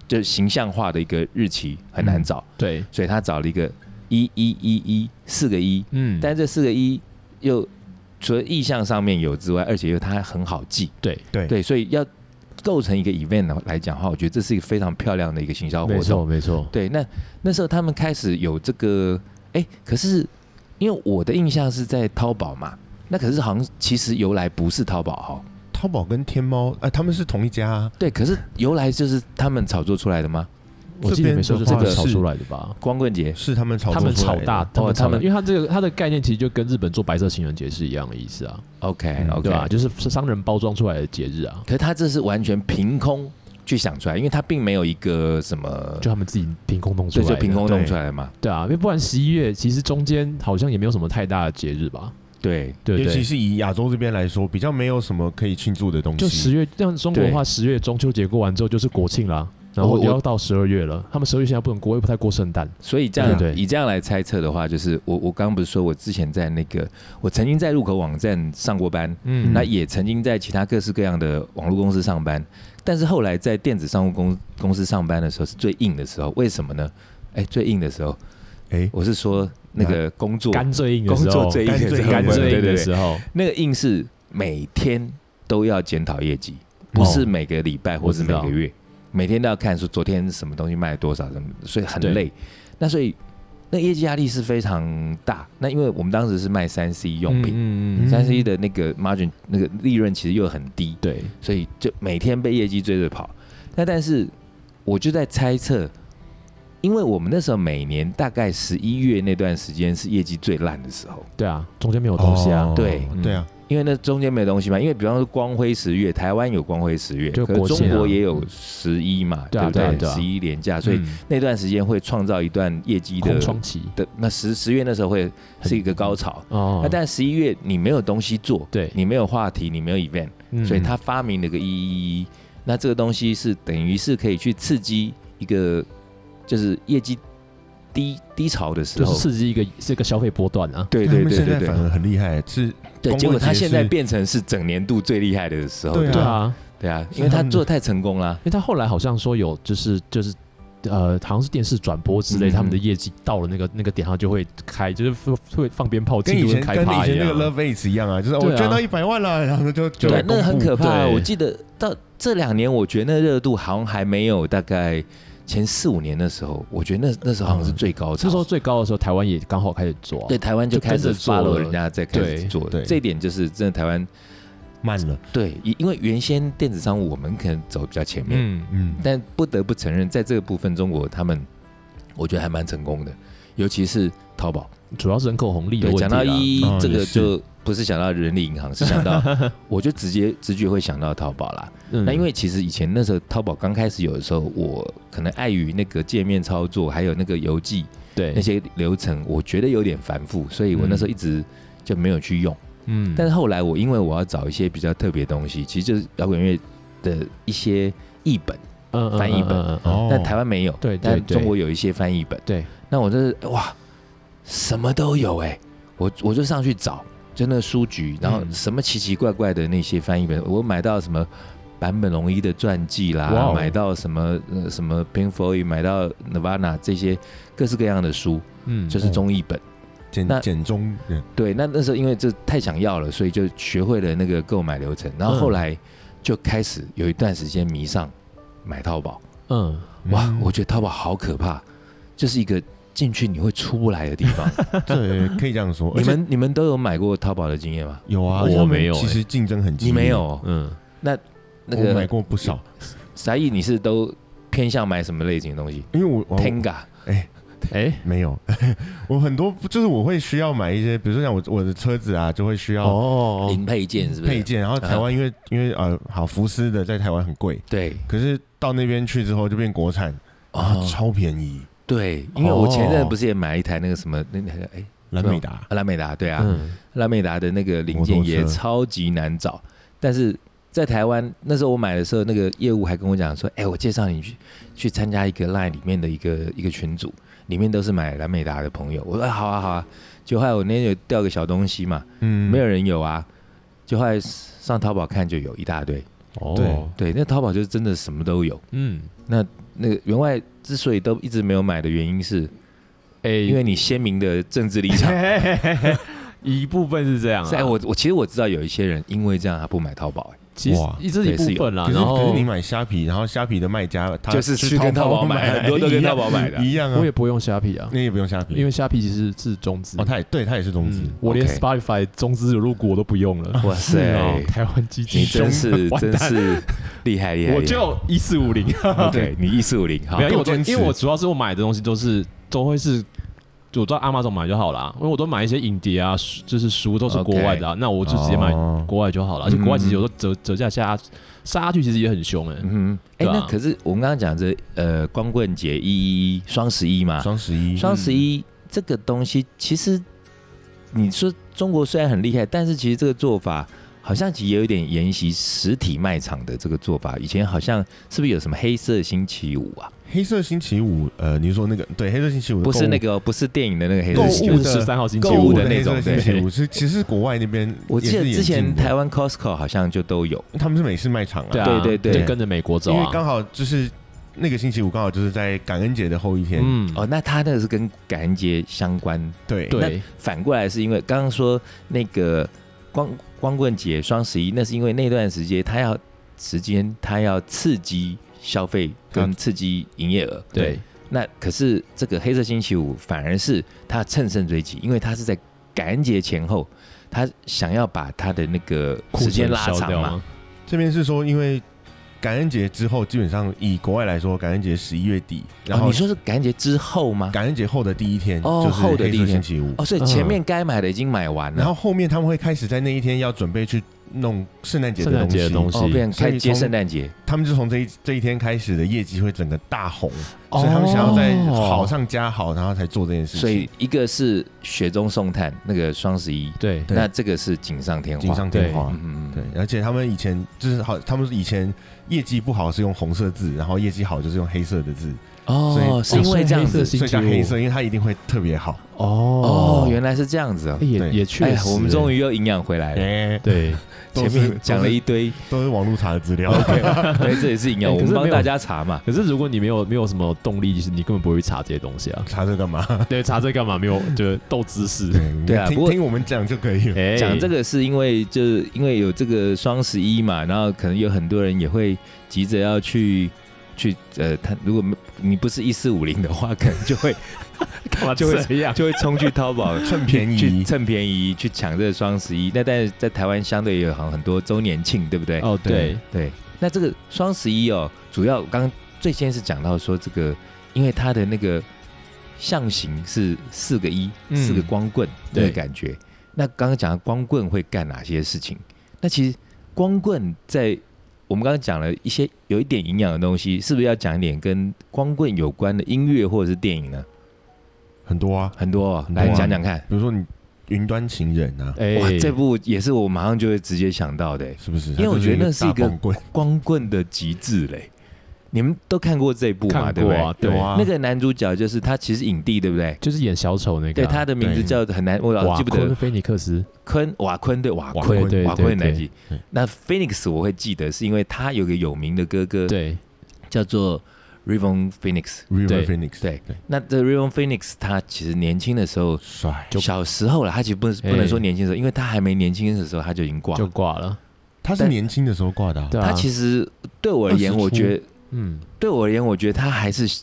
C: 就形象化的一个日期
D: 嗯
C: 很难找，
D: 对，
C: 所以他找了一个一一一一四个一，
D: 嗯，
C: 但这四个一又除了意象上面有之外，而且又它很好记，
D: 对
A: 对
C: 对，所以要构成一个 event 来讲的话，我觉得这是一个非常漂亮的一个行销活
D: 没
C: 动
D: 错。没错，
C: 对，那那时候他们开始有这个，哎、可是因为我的印象是在淘宝嘛，那可是好像其实由来不是淘宝哈，
A: 淘宝跟天猫，哎，他们是同一家啊，
C: 对，可是由来就是他们炒作出来的吗？
D: 我记得没错，就
A: 这
D: 是这
A: 边的话
D: 个炒
A: 是
D: 出来的吧？
C: 光棍节
A: 是他们炒
D: 他
A: 作
D: 们
A: 出来
D: 炒
A: 的
D: 大，他
C: 哦
D: 们
C: 他
D: 炒大，
C: 们
D: 因为它这个它的概念其实就跟日本做白色情人节是一样的意思啊，
C: ，OK
A: 嗯
C: OK，、
D: 对吧？就是商人包装出来的节日啊，
C: 可是他这是完全凭空去想出来，因为他并没有一个什么，
D: 就他们自己凭空弄出
C: 对，
D: 来
C: 就
D: 的，
C: 凭空弄
A: 对
C: 出来的嘛，
D: 对啊，因为不然十一月其实中间好像也没有什么太大的节日吧，
C: 对。
D: 对不
A: 尤其
D: 对？
A: 是以亚洲这边来说，比较没有什么可以庆祝的东西。
D: 就十月，像中国的话，十月中秋节过完之后就是国庆啦，然后
C: 哦我我
D: 也要到十二月了，他们十二月现在不能过，又不太过圣诞，
C: 所以这样
D: 对对
C: 以这样来猜测的话，就是我我刚刚不是说我之前在那个我曾经在入口网站上过班，
D: 嗯
C: 那也曾经在其他各式各样的网络公司上班，但是后来在电子商务公公司上班的时候是最硬的时候，为什么呢？哎，最硬的时候，
A: 哎，
C: 我是说那个工作，
D: 嗯干最硬的
C: 工
D: 时
C: 作
D: 候，
C: 最硬的时候，
D: 干最
C: 对对
D: 硬的
C: 对，
D: 时候，
C: 那个硬是每天都要检讨业绩，不
D: 哦
C: 是每个礼拜或是每个月，每天都要看说昨天什么东西卖了多少什么，所以很累。那所以那业绩压力是非常大。那因为我们当时是卖三 C 用品。
D: 嗯嗯嗯，
C: 三 C 的那个 margin 那个利润其实又很低，
D: 对，
C: 所以就每天被业绩追着跑。那但是我就在猜测，因为我们那时候每年大概十一月那段时间是业绩最烂的时候，
D: 对啊，中间没有东西啊
A: 哦，
C: 对
D: 嗯
A: 对啊，
C: 因为那中间没有东西嘛。因为比方说光辉十月，台湾有光辉十月，
D: 就
C: 可是
D: 国庆啊
C: 中国也有十一嘛，
D: 对啊
C: 不对？
D: 对啊对啊
C: 十一连假，所以
D: 嗯
C: 那段时间会创造一段业绩的
D: 空窗期
C: 的那十十月那时候会是一个高潮。
D: 哦
C: 那啊但十一月你没有东西做，
D: 对
C: 你没有话题，你没有 event，
D: 嗯
C: 所以他发明了个一一一，那这个东西是等于是可以去刺激一个就是业绩低低潮的时
D: 就是
C: 候，
D: 刺激一个这个消费波段啊，
C: 对
A: 但
C: 对
A: 他们
C: 对
A: 现在
C: 对
A: 反
C: 对，
A: 而很厉害，是
C: 对，
A: 光棍
C: 结果他
A: 节
C: 现在
A: 是
C: 变成是整年度最厉害的时候，
A: 对啊
D: 对啊，
C: 对啊，
A: 是
C: 因为
A: 他
C: 他
A: 们
C: 做得太成功了
D: 因，为他后来好像说有就是就是。呃，好像是电视转播之类，
C: 嗯
D: 他们的业绩到了那个那个点，他就会开，就是会放鞭炮，
A: 跟以前
D: 庆祝开
A: 跟以
D: 趴一
A: 前那
D: 样。
A: 个 Love It 一样啊，就是哦
D: 对啊
A: 我赚到一百万了， 然后就就
C: 对
A: 来
C: 啊，那
A: 公布
C: 很可怕。
D: 对
C: 我记得到这两年，我觉得那热度好像还没有大概前四五年的时候，我觉得那那时候好像是最高
D: 这时候
C: 潮。
D: 最高的时候，台湾也刚好开始做、啊。
C: 对，台湾就
D: 就
C: 开
D: 跟
C: 始
D: 着做
C: follow
D: 了
C: 人家在开始
D: 对
C: 做，
A: 对
C: 这一点就是真的台湾
A: 慢了，
C: 对，因因为原先电子商务我们可能走比较前面，
D: 嗯，
A: 嗯，
C: 但不得不承认，在这个部分中国他们我觉得还蛮成功的，尤其是淘宝。
D: 主要是人口红利的
C: 对，
D: 问题、
C: 讲
D: 啊。
C: 到一
A: 嗯
C: 这
A: 也
C: 个
A: 是
C: 就不是想到人力银行，是想到我就直接直觉会想到淘宝啦。
D: 嗯
C: 那因为其实以前那时候淘宝刚开始有的时候，我可能碍于那个界面操作，还有那个邮寄
D: 对
C: 那些流程，我觉得有点繁复，所以我那时候一直就没有去用。
D: 嗯，
C: 但是后来我因为我要找一些比较特别的东西，其实就是摇滚乐的一些译本，
D: 嗯嗯
C: 翻译
D: 嗯
C: 本
D: 嗯嗯嗯
A: 哦，
C: 但台湾没有，
D: 对对
C: 但
D: 对
C: 中国有一些翻译本。
D: 对，
C: 那我就是哇，什么都有哎、我我就上去找，就那个书局，然后
D: 嗯
C: 什么奇奇怪怪的那些翻译本，我买到什么。坂本龙一的传记啦
D: 哇哦
C: 买到什么呃什么 Pink Floyd，买到 Nirvana 这些各式各样的书，
D: 嗯，
C: 就是中译本。那
A: 简简中嗯人
C: 对，那那时候因为这太想要了，所以就学会了那个购买流程，然后
D: 嗯
C: 后来就开始有一段时间迷上买淘宝。
D: 嗯，
C: 哇
A: 嗯，
C: 我觉得淘宝好可怕，就是一个进去你会出不来的地方。
A: 对可以这样说。
C: 你
A: 而且
C: 们你们都有买过淘宝的经验吗？
A: 有啊？
D: 我
A: 而且他们
D: 没有
A: 其实竞争很激
C: 你
A: 烈。
C: 没？有？
D: 嗯，
C: 那
A: 我买
C: 个
A: 过不少，
C: 啥意？你是都偏向买什么类型的东西
A: 因为我我
C: ？Tenga
D: 哎，
A: 没有， 我很多就是我会需要买一些，比如说像我我的车子啊，就会需要
D: 哦，
C: 零配件是不是？
A: 配件。然后台湾因为因为呃，好福斯的在台湾很贵，
C: 对
A: 可是到那边去之后就变国产啊，
C: 哦，
A: 超便宜，
C: 对，因为我前阵子不是也买了一台那个什么那那个哎
A: 蓝美达。
C: 拉美达对啊，
D: 嗯，
C: 拉美达的那个零件也
A: 摩托车
C: 超级难找，但是在台湾那时候我买的时候，那个业务还跟我讲说：“哎、我介绍你去去参加一个 LINE 里面的一个一个群组，里面都是买拉美达的朋友。”我说、哎好啊好啊。”就后来我那天有掉个小东西嘛，
A: 嗯
C: 没有人有啊。就后来上淘宝看就有一大堆，
A: 对
D: 哦，
C: 对，那淘宝就是真的什么都有。
D: 嗯，
C: 那个员外之所以都一直没有买的原因是，
D: 哎，
C: 因为你鲜明的政治立场。
D: 一部分 是这样啊，
C: 是哎，我我其实我知道有一些人因为这样他不买淘宝、 哎
D: 其实
A: 哇
D: 一这是一部分啦，
A: 可是
D: 然
A: 可是
D: 后
A: 你买虾皮，然后虾皮的卖家他
C: 啊就是去跟淘宝买，很多都跟淘宝买的
A: 一。样啊
D: 我也，不会用虾皮啊，
A: 那也不用虾皮，
D: 因为虾皮其实是中资
A: 哦，，他也对他也是中资
D: 嗯，我连
C: OK
D: Spotify 中资入股我都不用了，
C: 哇
D: 是 哦
C: 塞，
D: 台湾基金
C: 你真是
D: 完
C: 真
D: 蛋
C: 是厉害厉害！
D: 我
C: 厉害
D: 就一四五零，
C: OK，你一四五零好
D: 没有，因为我都
A: 够坚持
D: 因为我主要是我买的东西都是都会是，我到阿玛总买就好啦，因为我都买一些影碟啊，书就是书都是国外的啊，那我就直接买
A: 哦
D: 国外就好了。而且国外其实有时候折折价下杀下去其实也很凶哎、
C: 嗯哼，哎，
D: 对啊
C: 那可是我们刚刚讲这呃光棍节一一双十一嘛，
A: 双十一
C: 啊双十一这个东西其实你说中国虽然很厉害，但是其实这个做法。好像其实也有点沿袭实体卖场的这个做法，以前好像是不是有什么黑色星期五啊？
A: 黑色星期五，呃，你说那个对黑色星期五的
C: 不是那
A: 购
C: 个哦，不是电影的那个黑
A: 购
C: 色
A: 物
C: 星期
A: 的
C: 五，
D: 十三号星期
A: 物
C: 购
D: 五
C: 物
A: 的
C: 的那
A: 黑色
C: 种
A: 星期五
D: 对
A: 是其实国外那边
C: 我记得
A: 也是
C: 之前
A: 引进的
C: 台湾 Costco 好像就都有，
A: 他们是美式卖场啊，
D: 对啊，
C: 对对对
D: 就跟着美国走
A: 因为
D: 啊。
A: 刚好就是那个星期五刚好就是在感恩节的后一天，
D: 嗯，
C: 哦，那它那个是跟感恩节相关。
A: 对
D: 对，
C: 反过来是因为刚刚说那个光光棍节、双十一，那是因为那段时间它要时间，它要刺激消费跟刺激营业额。
D: 对，
C: 那可是这个黑色星期五反而是它乘胜追击，因为它是在感恩节前后，它想要把它的那个时间拉
D: 库存消
C: 长
D: 掉
C: 嘛。
D: 吗？
A: 这边是说因为。感恩节之后，基本上以国外来说，感恩节十一月底，然
C: 哦、
A: 后
C: 你说是感恩节之后吗？
A: 感恩节后的第一天
C: 哦
A: 就是
C: 后的
A: 黑
C: 第一
A: 色星
C: 天
A: 期五，
C: 哦，所以前面该买的已经买完了，
A: 然后后面他们会开始在那一天要准备去弄圣诞节
D: 圣诞节的
A: 的东
D: 东
A: 西，
D: 西
C: 哦，变成
A: 所以
C: 开接
A: 从
C: 圣诞节。
A: 他们就从这一这一天开始的业绩会整个大红，所以他们想要在好上加好，然后才做这件事情。
C: 哦所以一个是雪中送炭，那个双十一，
D: 对，
A: 对
C: 那这个是锦上添花。
A: 锦上添花
C: 嗯，嗯，嗯
A: 对，，而且他们以前就是好，他们以前业绩不好是用红色字，然后业绩好就是用黑色的字，
C: 哦，
A: 所
C: 是
A: 以
C: 因为这样
D: 哦
C: 子
D: 所，
A: 所以叫
D: 星期五
A: 黑色，因为它一定会特别好。
D: 哦
C: 哦，原来是这样子哦
D: 哎。也
A: 对
D: 也确
C: 哎
D: 实，
C: 我们终
D: 于
C: 于又营养回来了。
A: 哎，
D: 对，
A: 都
C: 前
A: 是
C: 面讲了一堆，
A: 都是网络查的资料，
C: 对，这也是营养，
D: 哎
C: 我
D: 可是
C: 们帮
D: 没有
C: 大家查嘛。
D: 可是如果你没有没有什么动力，你根本不会去查这些东西啊。
A: 查这干嘛？
D: 对，查这干嘛？没有，就是斗知识。
A: 对
C: 对啊不
A: 听
C: 过
A: 听我们讲就可以了。
D: 哎
C: 讲这个是因为就是因为有这个双十一嘛，然后可能有很多人也会急着要去去呃，他如果没你不是一四五零的话，可能就会
D: 干嘛
C: 就会
D: 这样？
C: 就会冲去淘宝
A: 趁便宜
C: 去趁便宜去抢这个双十一。那但是在台湾相对也有好像很多周年庆，对不对？
D: 哦，对，
C: 对。那这个双十一哦，主要刚最先是讲到说这个，因为它的那个象形是四个一、
D: 嗯
C: 四个光棍的
D: 对
C: 感觉。那刚刚讲的光棍会干哪些事情？那其实光棍在我们刚刚讲了一些有一点营养的东西，是不是要讲一点跟光棍有关的音乐或者是电影呢？
A: 很多啊，
C: 很多、哦，
A: 很多啊
C: 来讲讲看。
A: 比如说你云端情人啊，
B: 哎
C: 哇，这部也是我马上就会直接想到的欸，
A: 是不是？因
C: 为我觉得那是一个
A: 大光棍，
C: 光棍的极致嘞。你们都看过这部嘛？
D: 看
C: 对不
D: 过
C: 对？
D: 啊，对
A: 有啊
C: 那个男主角就是他，其实影帝，对不对？
B: 就是演小丑那个
C: 对，
B: 啊，
C: 他的名字叫很难，我老
B: 瓦
C: 记不得
B: 昆。菲尼克斯，
C: 昆瓦昆对瓦
A: 瓦
C: 昆
A: 昆
B: 对对
C: 瓦
B: 对
C: 昆很难
B: 对
C: 记
A: 对。
C: 那 Phoenix 我会记得，是因为他有个有名的哥哥
B: 对，
C: 叫做 Rivon Phoenix。
A: River
B: 对
A: Phoenix，
C: 对
A: 对，
C: 那这 Rivon Phoenix 他其实年轻的时候，
A: 帅，
C: 小时候了，他其实不能不能
B: 哎
C: 说年轻的时候，因为他还没年轻的时候他就已经挂了
B: 就。挂了，
A: 他是
C: 但
A: 年轻的时候挂的啊，
B: 对啊，
C: 他其
B: 实
C: 实对我而言，
A: 20出
C: 我觉得
B: 嗯，
C: 对我而言，我觉得他还是，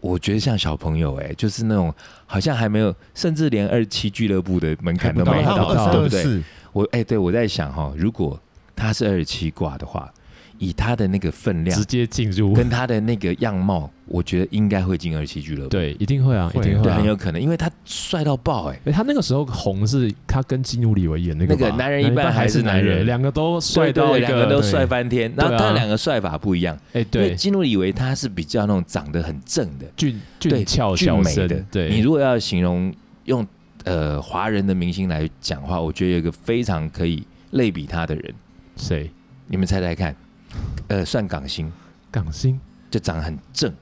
C: 我觉得像小朋友哎、就是那种好像还没有，甚至连二七俱乐部的门槛都没
B: 还
A: 他
B: 哎不到
C: 到，
A: 二三
C: 对不
A: 二
C: 对？
A: 四，
C: 我哎、对我在想哈、如果他是二七挂的话，以他的那个分量
B: 直接进入，
C: 跟他的那个样貌，我觉得应该会进二七俱乐部，
B: 对，一定会啊，
A: 会
B: 一定会
C: 对，
B: 啊
C: 很。有可能，因为他帅到爆哎、
B: 哎，他那个时候红是他跟基努里维演那个
C: 那个
B: 吧
C: 男人一半还
B: 还
C: 是男
B: 男
C: 人
B: 两个都帅
C: 对对
B: 到
C: 对，
B: 一
C: 两个都
A: 对
C: 帅翻天，然后
B: 对啊
C: 他两个帅法不一样，
B: 哎，
C: 因为
B: 对，
C: 基努里维他是比较那种长得很正的，
B: 俊
C: 对
B: 俊俏
C: 俊
B: 哦小
C: 美
B: 生
C: 的，。
B: 对，
C: 你如果要形容用呃华人的明星来讲话，我觉得有一个非常可以类比他的人，
B: 谁
C: 你们猜猜看，呃，算港星，
B: 港星
C: 就长得很正，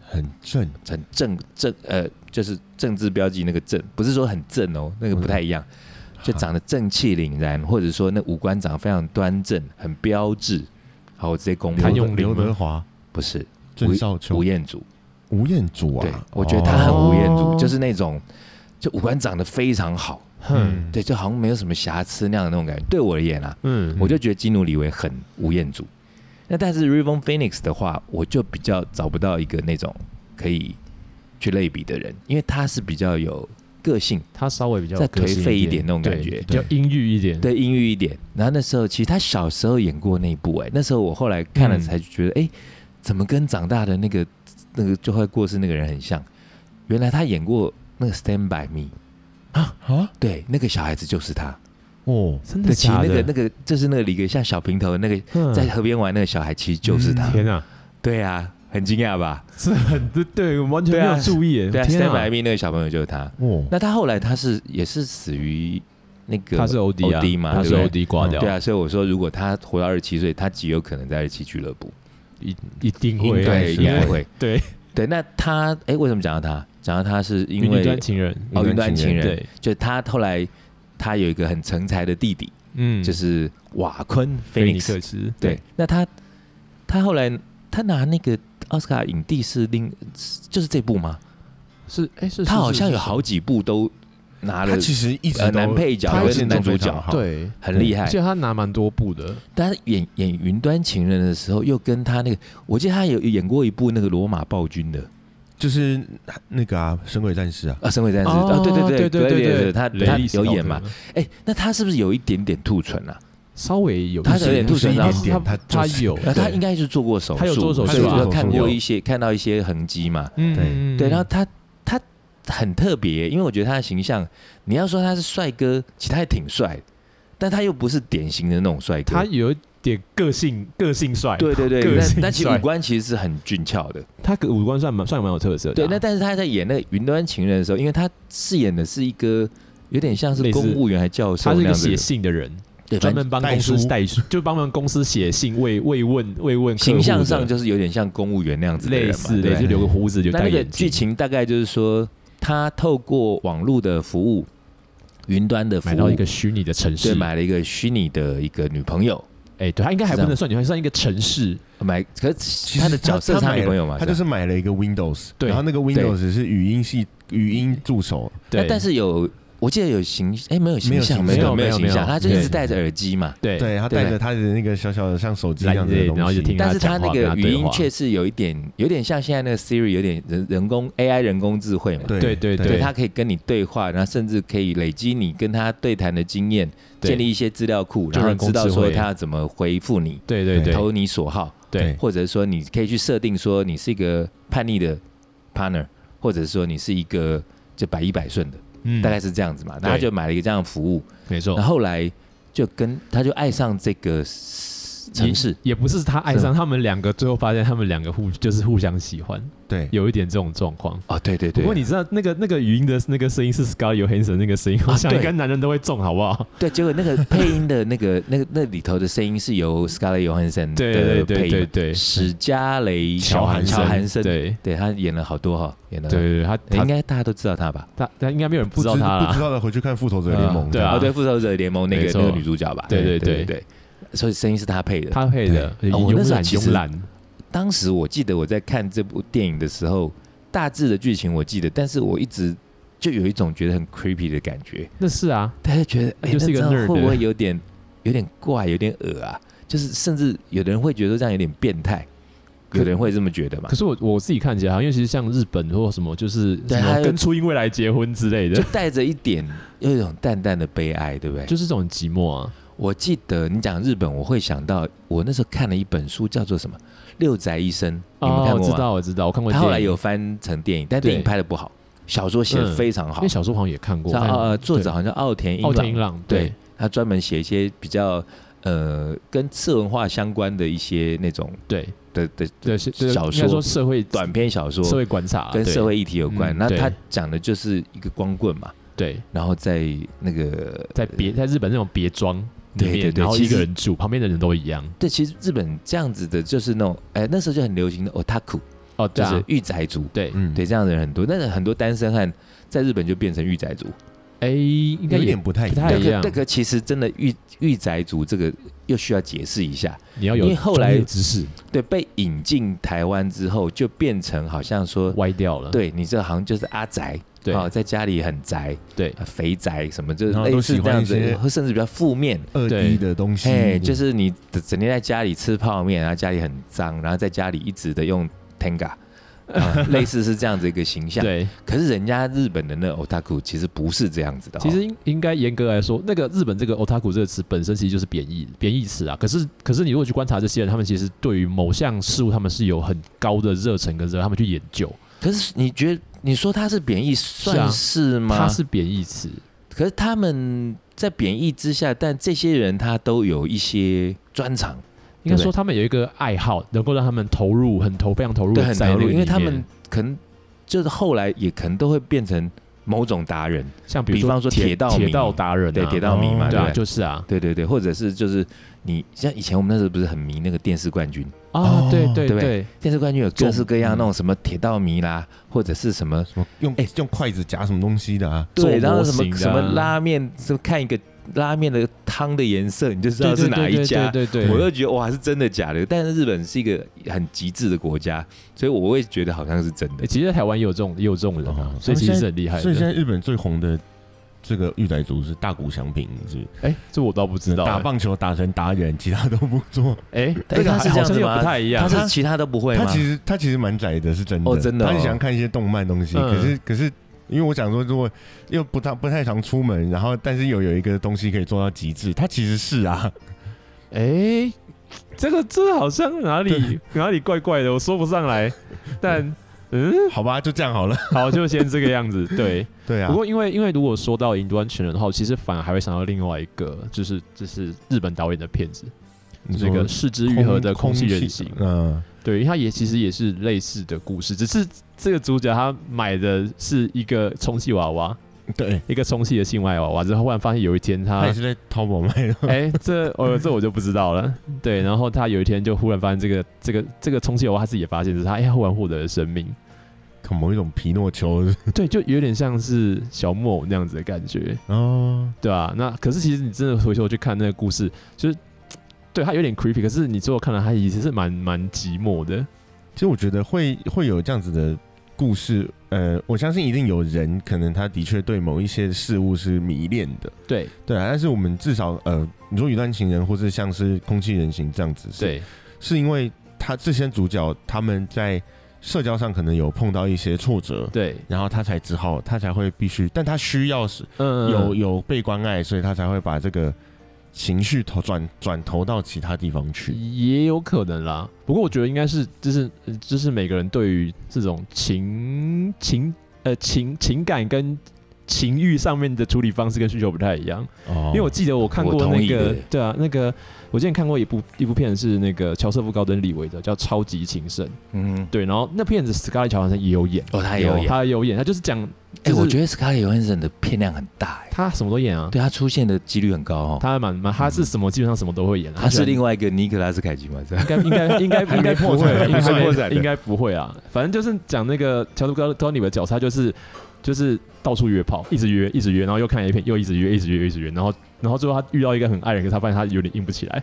A: 很正，
C: 很正正呃，就是政治标记那个正，不是说很正哦，那个不太一样，
B: 嗯
C: 就
A: 啊
C: 长得正气凛然，或者说那五官长得非常端正，很标致。好，我直接公布
B: 谭
A: 刘
B: 咏
A: 德
B: 麟
A: 刘
B: 吗
A: 德华、
C: 不是
A: 郑少秋
C: 嗯吴、彦祖，
A: 吴彦祖
C: 对
A: 啊，
C: 我觉得他很吴彦祖，
B: 哦
C: 就是那种就五官长得非常好，
B: 哼，
C: 嗯对，就好像没有什么瑕疵那样的那种感觉。对我而言啊，
B: 嗯，
C: 我就觉得基努里维很吴彦祖。那但是 Rivon Phoenix 的话，我就比较找不到一个那种可以去类比的人，因为他是比较有个性，
B: 他稍微比较
C: 再
B: 个性
C: 颓废一
B: 一
C: 点那种
B: 对
C: 感觉
B: 比较阴郁一点。
C: 对阴郁一点。然后那时候其实他小时候演过那一部、哎，那时候我后来看了
B: 嗯
C: 才觉得，哎、怎么跟长大的那个那个就快过世那个人很像？原来他演过那个《Stand by Me》，
A: 啊
C: 对，那个小孩子就是他。
A: 哦，
B: 真的
C: 对，其实
B: 假
C: 那
B: 的
C: 个？那个就是那个里格像小平头的那个
B: 嗯
C: 在河边玩那个小孩，其实就是他。
D: 天啊，
C: 对啊，很惊讶吧？
D: 是很对对，完全
C: 对
D: 没
C: 啊
D: 有注意耶，
C: 对啊
D: 天
C: ，Stand by me 那个小朋友就是他。
A: 哦，
C: 那他后来他是也是死于那个
D: 他是 OD 啊
C: OD 嘛
D: 他是
C: 对不
D: OD 挂掉，
C: 对啊，所以我说如果他活到二十七岁，他极有可能在二十七俱乐部，
B: 一一定
C: 应
B: 会啊
C: 该
A: 是
C: 应该会。
D: 对，
C: 对，那他哎，为什么讲到他？讲到他是因
B: 云
C: 为
B: 端情人，
C: 哦，云端情人，
D: 对，
C: 就他后来他有一个很成才的弟弟，
D: 嗯，
C: 就是瓦昆
D: 菲尼
C: Phoenix
D: 克斯，
C: 对，那他他后来他拿那个奥斯卡影帝是另就是这部吗？
B: 是哎是
C: 他好像有
B: 好。
C: 好几部都拿了
A: 他其实一直
C: 呃
A: 都
C: 男配角
A: 他
C: 跟
A: 一直都
C: 男主
A: 非常
C: 角
A: 好，
B: 对，
C: 很厉害
B: 而，且他拿蛮多部的，
C: 但是演演《云端情人》的时候，又跟他那个，我记得他有演过一部那个罗马暴君的
A: 就是那个啊，《神鬼战士》啊，
C: 啊，《神鬼战士》
B: 哦
C: 啊，对对
B: 对对
C: 对
B: 对对
C: 他
D: 雷
C: 他
D: 利
C: 有
D: 斯考
C: 演
D: 特
C: 嘛？？哎，那他是不是有一点点兔唇啊？
B: 稍微有一
C: 他
B: 些
C: 有点
B: 不是
C: 吐槽
B: 他
C: 一
A: 点
B: 他
A: 点他
B: 他
A: 就是
B: 有，
C: 那他
B: 对
C: 应该是做过手术，
B: 他有做手
A: 术
C: 所以
A: 吧
C: 就看
A: 手
C: 过
A: 术有
C: 一些看到一些痕迹嘛。
A: 对
B: 嗯
C: 对，然后他他很特别，因为我觉得他的形象，你要说他是帅哥，其实他也挺帅，但他又不是典型的那种帅哥。
B: 他有一点个性，个性帅，
C: 对对对，
B: 个
C: 但
B: 性
C: 但其实
B: 帅
C: 五官其实是很俊俏的。
D: 他个五官算蛮算蛮有特色的
C: 对，
D: 啊，
C: 那但是他在演那《云端情人》的时候，因为他饰演的是一个有点像是
D: 类似
C: 公务员还教授
D: 他是一
C: 那样
D: 个
C: 子
D: 写
C: 的，
D: 信的人，
C: 对，
D: 专
C: 反正
D: 门帮
A: 代
D: 公司
A: 书
D: 代书，就帮忙公司写信慰慰问慰问客户
C: 形
D: 的，
C: 象上就是有点像公务员那样子的人
D: 类
C: 嘛
D: 似的，
C: 对不
D: 就
C: 对
D: 留个胡子就
C: 那
D: 戴
C: 那个
D: 眼
C: 剧
D: 镜，
C: 情大概就是说，他透过网络的服务，云端的服务，
B: 买到一个虚拟的城
C: 对
B: 市，
C: 买了一个虚拟的一个女朋友，
B: 哎，对他应该还
C: 是这
B: 不
C: 样
B: 能算女孩，算一个城市，
C: 买可
A: 其实
C: 是他的角色是他
A: 买
C: 女
A: 了
C: 朋友嘛，
A: 他就是买了一个 Windows，
B: 对
A: 然后那个 Windows 是语音系语音助手，
C: 那
D: 对，
C: 哎但是有我记得有形哎没有形象
A: 没有形
D: 象
C: 有没有
D: 没有
C: 形象，
D: 没有
C: 他就一直
D: 对
C: 戴着耳机嘛，
D: 对
A: 对啊他
C: 对
A: 带着他的那个小小的像手机这
D: 蓝
A: 样子
D: 对
A: 的东西，
D: 然后就听
C: 但
D: 他
C: 是他
D: 讲
C: 那
D: 话跟
C: 个
D: 他
C: 语
D: 对
C: 音
D: 话
C: 确实有一点，有点像现在那个 Siri，有点人人工 AI 人工智慧嘛。
A: 对
D: 对对
C: 对，它可以跟你对话，然后甚至可以累积你跟他对谈的经验，
D: 对
C: 建立一些资料库，
B: 就
C: 然后
B: 人工
C: 知道
B: 智
C: 说
B: 慧
C: 他要怎么回复你，
D: 对对对
C: 投你所好，
D: 对
C: 或者说你可以去设定说你是一个叛逆的 partner，或者说你是一个就百依百顺的，
D: 嗯
C: 大概是这样子嘛。那他
D: 对哦
C: 就买了一个这样的服务，
D: 没错
C: 然。后后来就跟他就爱上这个 s- 城市，
D: 也也不是他爱上他们两个，最后发现他们两个互就是互相喜欢，
A: 对，
D: 有一点这种状况。
C: 哦，对对
D: 不
C: 对，
D: 过你知道那个那个语音的那个声音是 Scarlett Johansson 那个声音，我
C: 啊
D: 想
C: 对
D: 应该男人都会中，好不好？
C: 对，结果那个配音的那个 那个那里头的声音是由 Scarlett Johansson
D: 对
C: 的
D: 对
C: 配
D: 对对
C: 音，
D: 对，
C: 史嘉蕾·
A: 乔韩森
C: 乔韩森，哎
D: 对
C: 对他演了好多哈，演了
D: 对，对，对他
C: 应
D: 他
C: 该大家都知道他吧？
D: 他他应该没有人不知道
A: 知
D: 他
A: 不知
D: 啦。
A: 道的回去看《复仇者联盟》
D: 嗯对啊
C: 哦，对，复仇者联盟那
D: 没
C: 个
D: 错
C: 那个女主角吧？
D: 对对
C: 对
D: 对
C: 对，所以声音是他配的。
D: 他配的
C: 对哦我
D: 慵
C: 那时候
D: 懒
C: 其实
D: 慵懒，
C: 当时我记得我在看这部电影的时候，大致的剧情我记得，但是我一直就有一种觉得很 creepy 的感觉，
D: 那是啊，
C: 大家觉得哎，
D: 就是一个
C: 那这样
D: nerd
C: 会不会有点有点怪，有点恶啊？就是甚至有的人会觉得这样有点变态，
D: 可
C: 有的人会这么觉得嘛
D: 可？是我我自己看起来，因为其实像日本或什么，就是
C: 对
D: 什
C: 还
D: 么
C: 有
D: 跟初音未来结婚之类
C: 就
D: 的，
C: 带着一点有一种淡淡的悲哀，对不 对？
D: 就是这种寂寞啊。
C: 我记得你讲日本，我会想到我那时候看了一本书，叫做什么《六宅医生》，你们
D: 哦，
C: 看
D: 我
C: 过
D: 知
C: 吗？
D: 道，我知道，我看过。
C: 他后来有，翻成电影，但电影
D: 对
C: 拍的不好，小说写的
D: 嗯
C: 非常
D: 因
C: 好
D: 为。小说好像也看过
C: 像。
D: 但
C: 呃，作者
D: 对
C: 好像奥田英
D: 奥田英
C: 朗，
D: 朗，
C: 对
D: 对，
C: 他专门写一些比较呃跟次文化相关的一些那种
D: 对
C: 的的
D: 对是对
C: 小
D: 应该
C: 说
D: 说社会
C: 短篇小
D: 社
C: 说，
D: 会观察
C: 跟
D: 啊对
C: 社会议题有关。
D: 嗯
C: 那
D: 对
C: 他讲的就是一个光棍嘛，
D: 对，
C: 然后在那个
D: 在别在日本那种别庄里
C: 呃对
D: 面，
C: 对对
D: 然后
C: 其
D: 一
C: 实
D: 个人住，旁边的人都一样。
C: 对，其实日本这样子的，就是那种哎、那时候就很流行的 otaku，
D: 哦，
C: 就
D: 对啊
C: 是，御宅族。
D: 对，
A: 嗯，
C: 对，这样的人很多，但是很多单身汉在日本就变成御宅族。
D: 哎，应该
A: 有
D: 也
A: 点不太一
D: 不
A: 样
D: 太
C: 那
D: 一
C: 个
D: 样
C: 那个其实真的御御宅族这个又需要解释一下，
D: 你要有
C: 因为后来
D: 专业知识
C: 对，被引进台湾之后就变成好像说，
D: 歪掉了，
C: 呃对你这好像就是阿宅，
D: 对
C: 啊，在家里很宅，
D: 对
C: 啊肥宅什么，就是
A: 然后
C: 类
A: 都
C: 似
A: 喜
C: 这
A: 欢
C: 样
A: 一
C: 子
A: 些，
C: 或甚至比较负面。
A: 二 D 的东西，
C: 哎，就是你整天在家里吃泡面，然后家里很脏，然后在家里一直的用 Tenga，、啊、 类似是这样子一个形象。
D: 对。
C: 可是人家日本的那 otaku 其实不是这样子的哦、
D: 其实应应该严格来说，那个日本这个 otaku 这个词本身其实就是贬义贬义词啊。可是可是你如果去观察这些人，他们其实对于某项事物他们是有很高的热忱跟热，他们去研究，
C: 可是你觉得你说他是贬
A: 啊
C: 义算是吗？
D: 它是贬义词。
C: 可是他们在贬义之下，但这些人他都有一些专长，
D: 应该说他们有一个爱好，能够让他们投入很投非常投入
C: 对，很
D: 在
C: 投
D: 那
C: 入，
D: 个
C: 因为他
D: 里面
C: 们可能就是后来也可能都会变成某种达人，
D: 像比如
C: 比方说
D: 铁
C: 铁道迷
D: 铁道达人、啊，
C: 对，铁道迷嘛，
A: 哦
D: 对
C: 对
D: 啊，
C: 不对？
D: 就是啊
C: 对对对，或者是就是你像以前我们那时候不是很迷那个电视冠军，
A: 哦
D: 啊，对对
C: 对不
D: 对，
C: 电视冠军有各式各样
D: 嗯
C: 那种什么铁道迷啦，或者是什么
A: 什么用
C: 哎
A: 用筷子夹什么东西的啊？
D: 做
C: 对，然后
D: 模
C: 什么
D: 型的
C: 什么
D: 啊
C: 拉面，是看一个拉面的汤的颜色，你就知道是哪一家。
D: 对对对对对
C: 我
D: 对
C: 就觉得哇，是真的假的？但是日本是一个很极致的国家，所以我会觉得好像是真的
D: 诶。其实在台湾也有这种也有这种人啊
A: 哦，
D: 所以其实是很厉害
A: 所以现
D: 的。
A: 在日本最红的这个御宅族是大谷翔平，是不是
D: 哎，这我倒不知道
A: 打
D: 欸。
A: 棒球打成达人，其他都不做。
D: 哎，
C: 但他是这
D: 好像
C: 样子
D: 又
C: 吗？
D: 不太一样
C: 他。是其他都不会
A: 他
C: 吗？
A: 其实他其实蛮窄的，是真的。
C: 哦真的哦
A: 他很喜欢看一些动漫东西，
D: 嗯
A: 可是可是因为我想说，如果又不太不太常出门，然后但是又有一个东西可以做到极致，他其实是啊，
D: 哎，这个这好像哪里
A: 对
D: 哪里怪怪的，我说不 上来。但嗯，
A: 好吧，就这样好了。
D: 好，就先这个 样子。对，
A: 对啊
D: 不，过因为因为如果说到云端全人的话，我其实反而还会想到另外一个，就是就是日本导演的片子，
A: 你
D: 这个《
A: 说
D: 四肢愈合》的《空气人形》。
A: 嗯，
D: 对，因为它也其实也是类似的故事，只是这个主角他买的是一个充气娃娃，
A: 对，
D: 一个充气的性爱娃娃，之后忽然发现有一天他
A: 他也，是在淘宝卖的。
D: 哎、这呃这我就不知道了。对，然后他有一天就忽然发现这个这个这个充气娃娃，他自己也发现是他，哎、忽然获得了生命。
A: 看某一种皮诺丘
D: 对，就有点像是小木偶那样子的感觉，
A: 哦，
D: 对啊，那可是其实你真的回头去看那个故事，就是对它有点 creepy，可是你最后看了它其实是蛮蛮寂寞的。
A: 其实我觉得会会有这样子的故事，呃，我相信一定有人可能他的确对某一些事物是迷恋的，
D: 对
A: 对啊，但是我们至少呃，你说《云端情人》或是像是《空气人形》这样子，是，
D: 对
A: 是因为他这些主角他们在社交上可能有碰到一些挫折，
D: 对，
A: 然后他才只好他才会必须，但他需要是
D: 嗯，
A: 有有被关爱，所以他才会把这个情绪投转转投到其他地方
C: 嗯
A: 去。
D: 也有可能啦。不过我觉得应该是就是呃就是每个人对于这种情情呃情情感跟情欲上面的处理方式跟需求不太一样。
A: 哦
D: 因为我记得我看
C: 我
D: 过
C: 同
D: 那
C: 意
D: 个
C: 的，
D: 对啊，那个我之前看过一部一部片是那个乔瑟夫·高登·李维的，叫《超级情圣》。
C: 嗯，
D: 对，然后那片子 Scarlett 乔 n 也有演，
C: 哦，他也有演。
D: 他有演，他就是讲，
C: 哎、
D: 就是
C: 我觉得 Scarlett Johansson 的片量很大、哎，
D: 他什么都演啊，
C: 对他出现的几率很高哦。
D: 他还蛮蛮，他是什么基本上什么都会演啊。
C: 他是
D: 另
C: 另外一个尼克拉斯凯奇嘛，是吧？
D: 应该应该应该应该不会，
A: 还
D: 应
A: 没破产还没破
D: 该
A: 产的
D: 应该不会啊。反正就是讲那个乔杜高高里的角色，他就是就是到处约炮，一直约一直约，然后又看 A 片，又一直约一直约一直约，然后然后最后他遇到一个很爱的人，可是他发现他有点硬不起来。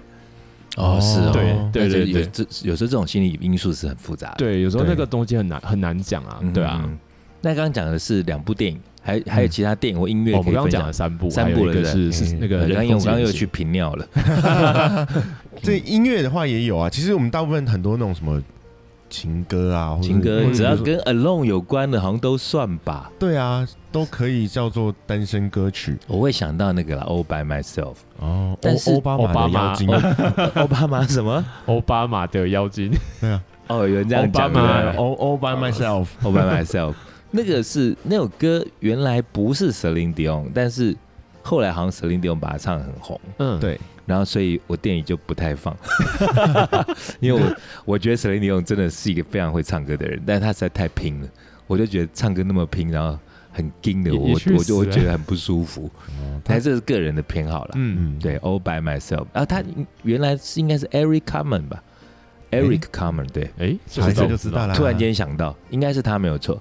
A: 哦
C: 是哦，
D: 对对
C: 那这
D: 对
C: 有
D: 对
C: 这有时候这种心理因素是很复杂的。
D: 对，有时候
A: 对
D: 那个东西很难很难讲啊
C: 嗯，，
D: 对啊。嗯
C: 嗯。那刚刚讲的是两部电影，还还有其他电影或音乐
D: 哦我
C: 可
D: 们
C: 以
D: 刚刚
C: 分
D: 讲
C: 享
D: 了。三部，
C: 三
D: 还有
C: 部
D: 一
C: 了
D: 个
C: 对
D: 是
A: 不对
D: 是那
C: 呃
D: 个
C: 刚
D: 人
C: 刚我
D: 工
C: 刚刚又
D: 智
C: 去
D: 能哦
C: 频尿了，
A: 这音乐的话也有啊，其实我们大部分很多那种什么情歌啊，或者是
C: 情歌
A: 或者
C: 只要
A: 比如说
C: 跟 Alone 有关的，好像都算吧。
A: 对啊，都可以叫做单身歌曲
C: 我会想到那个啦，All by myself，
A: 哦。
C: 但是
A: 欧巴马的妖精，啊
C: 奥巴马什么？
D: 奥巴马的妖精，
A: 对啊，
C: 哦，有 人这样讲
D: 奥巴马
C: 对不对
A: 欧欧巴 myself，
C: All by myself，那 个是那首歌原来不是 Celine Dion，但是后来好像 Celine Dion 把它唱得很红，
D: 嗯，
A: 对，
C: 然后所以我店里就不太放， 因为我我觉得 Celine Dion 真的是一个非常会唱歌的人，但是他实在太拼了，我就觉得唱歌那么拼，然后很硬的
D: 也
C: 我，
D: 也确
C: 我我就我
D: 实啊
C: 觉得很不舒服。
A: 哦
C: 但是这是个人的偏好啦。
D: 嗯，
A: 嗯，
C: 对，All by myself，然后他原来是应该是 Eric Carmen 吧，Eric Carmen 对，
D: 哎，
A: 查一下
D: 这
A: 就知道
D: 了。
A: 啦。
C: 突然间想到，应该是他没有错。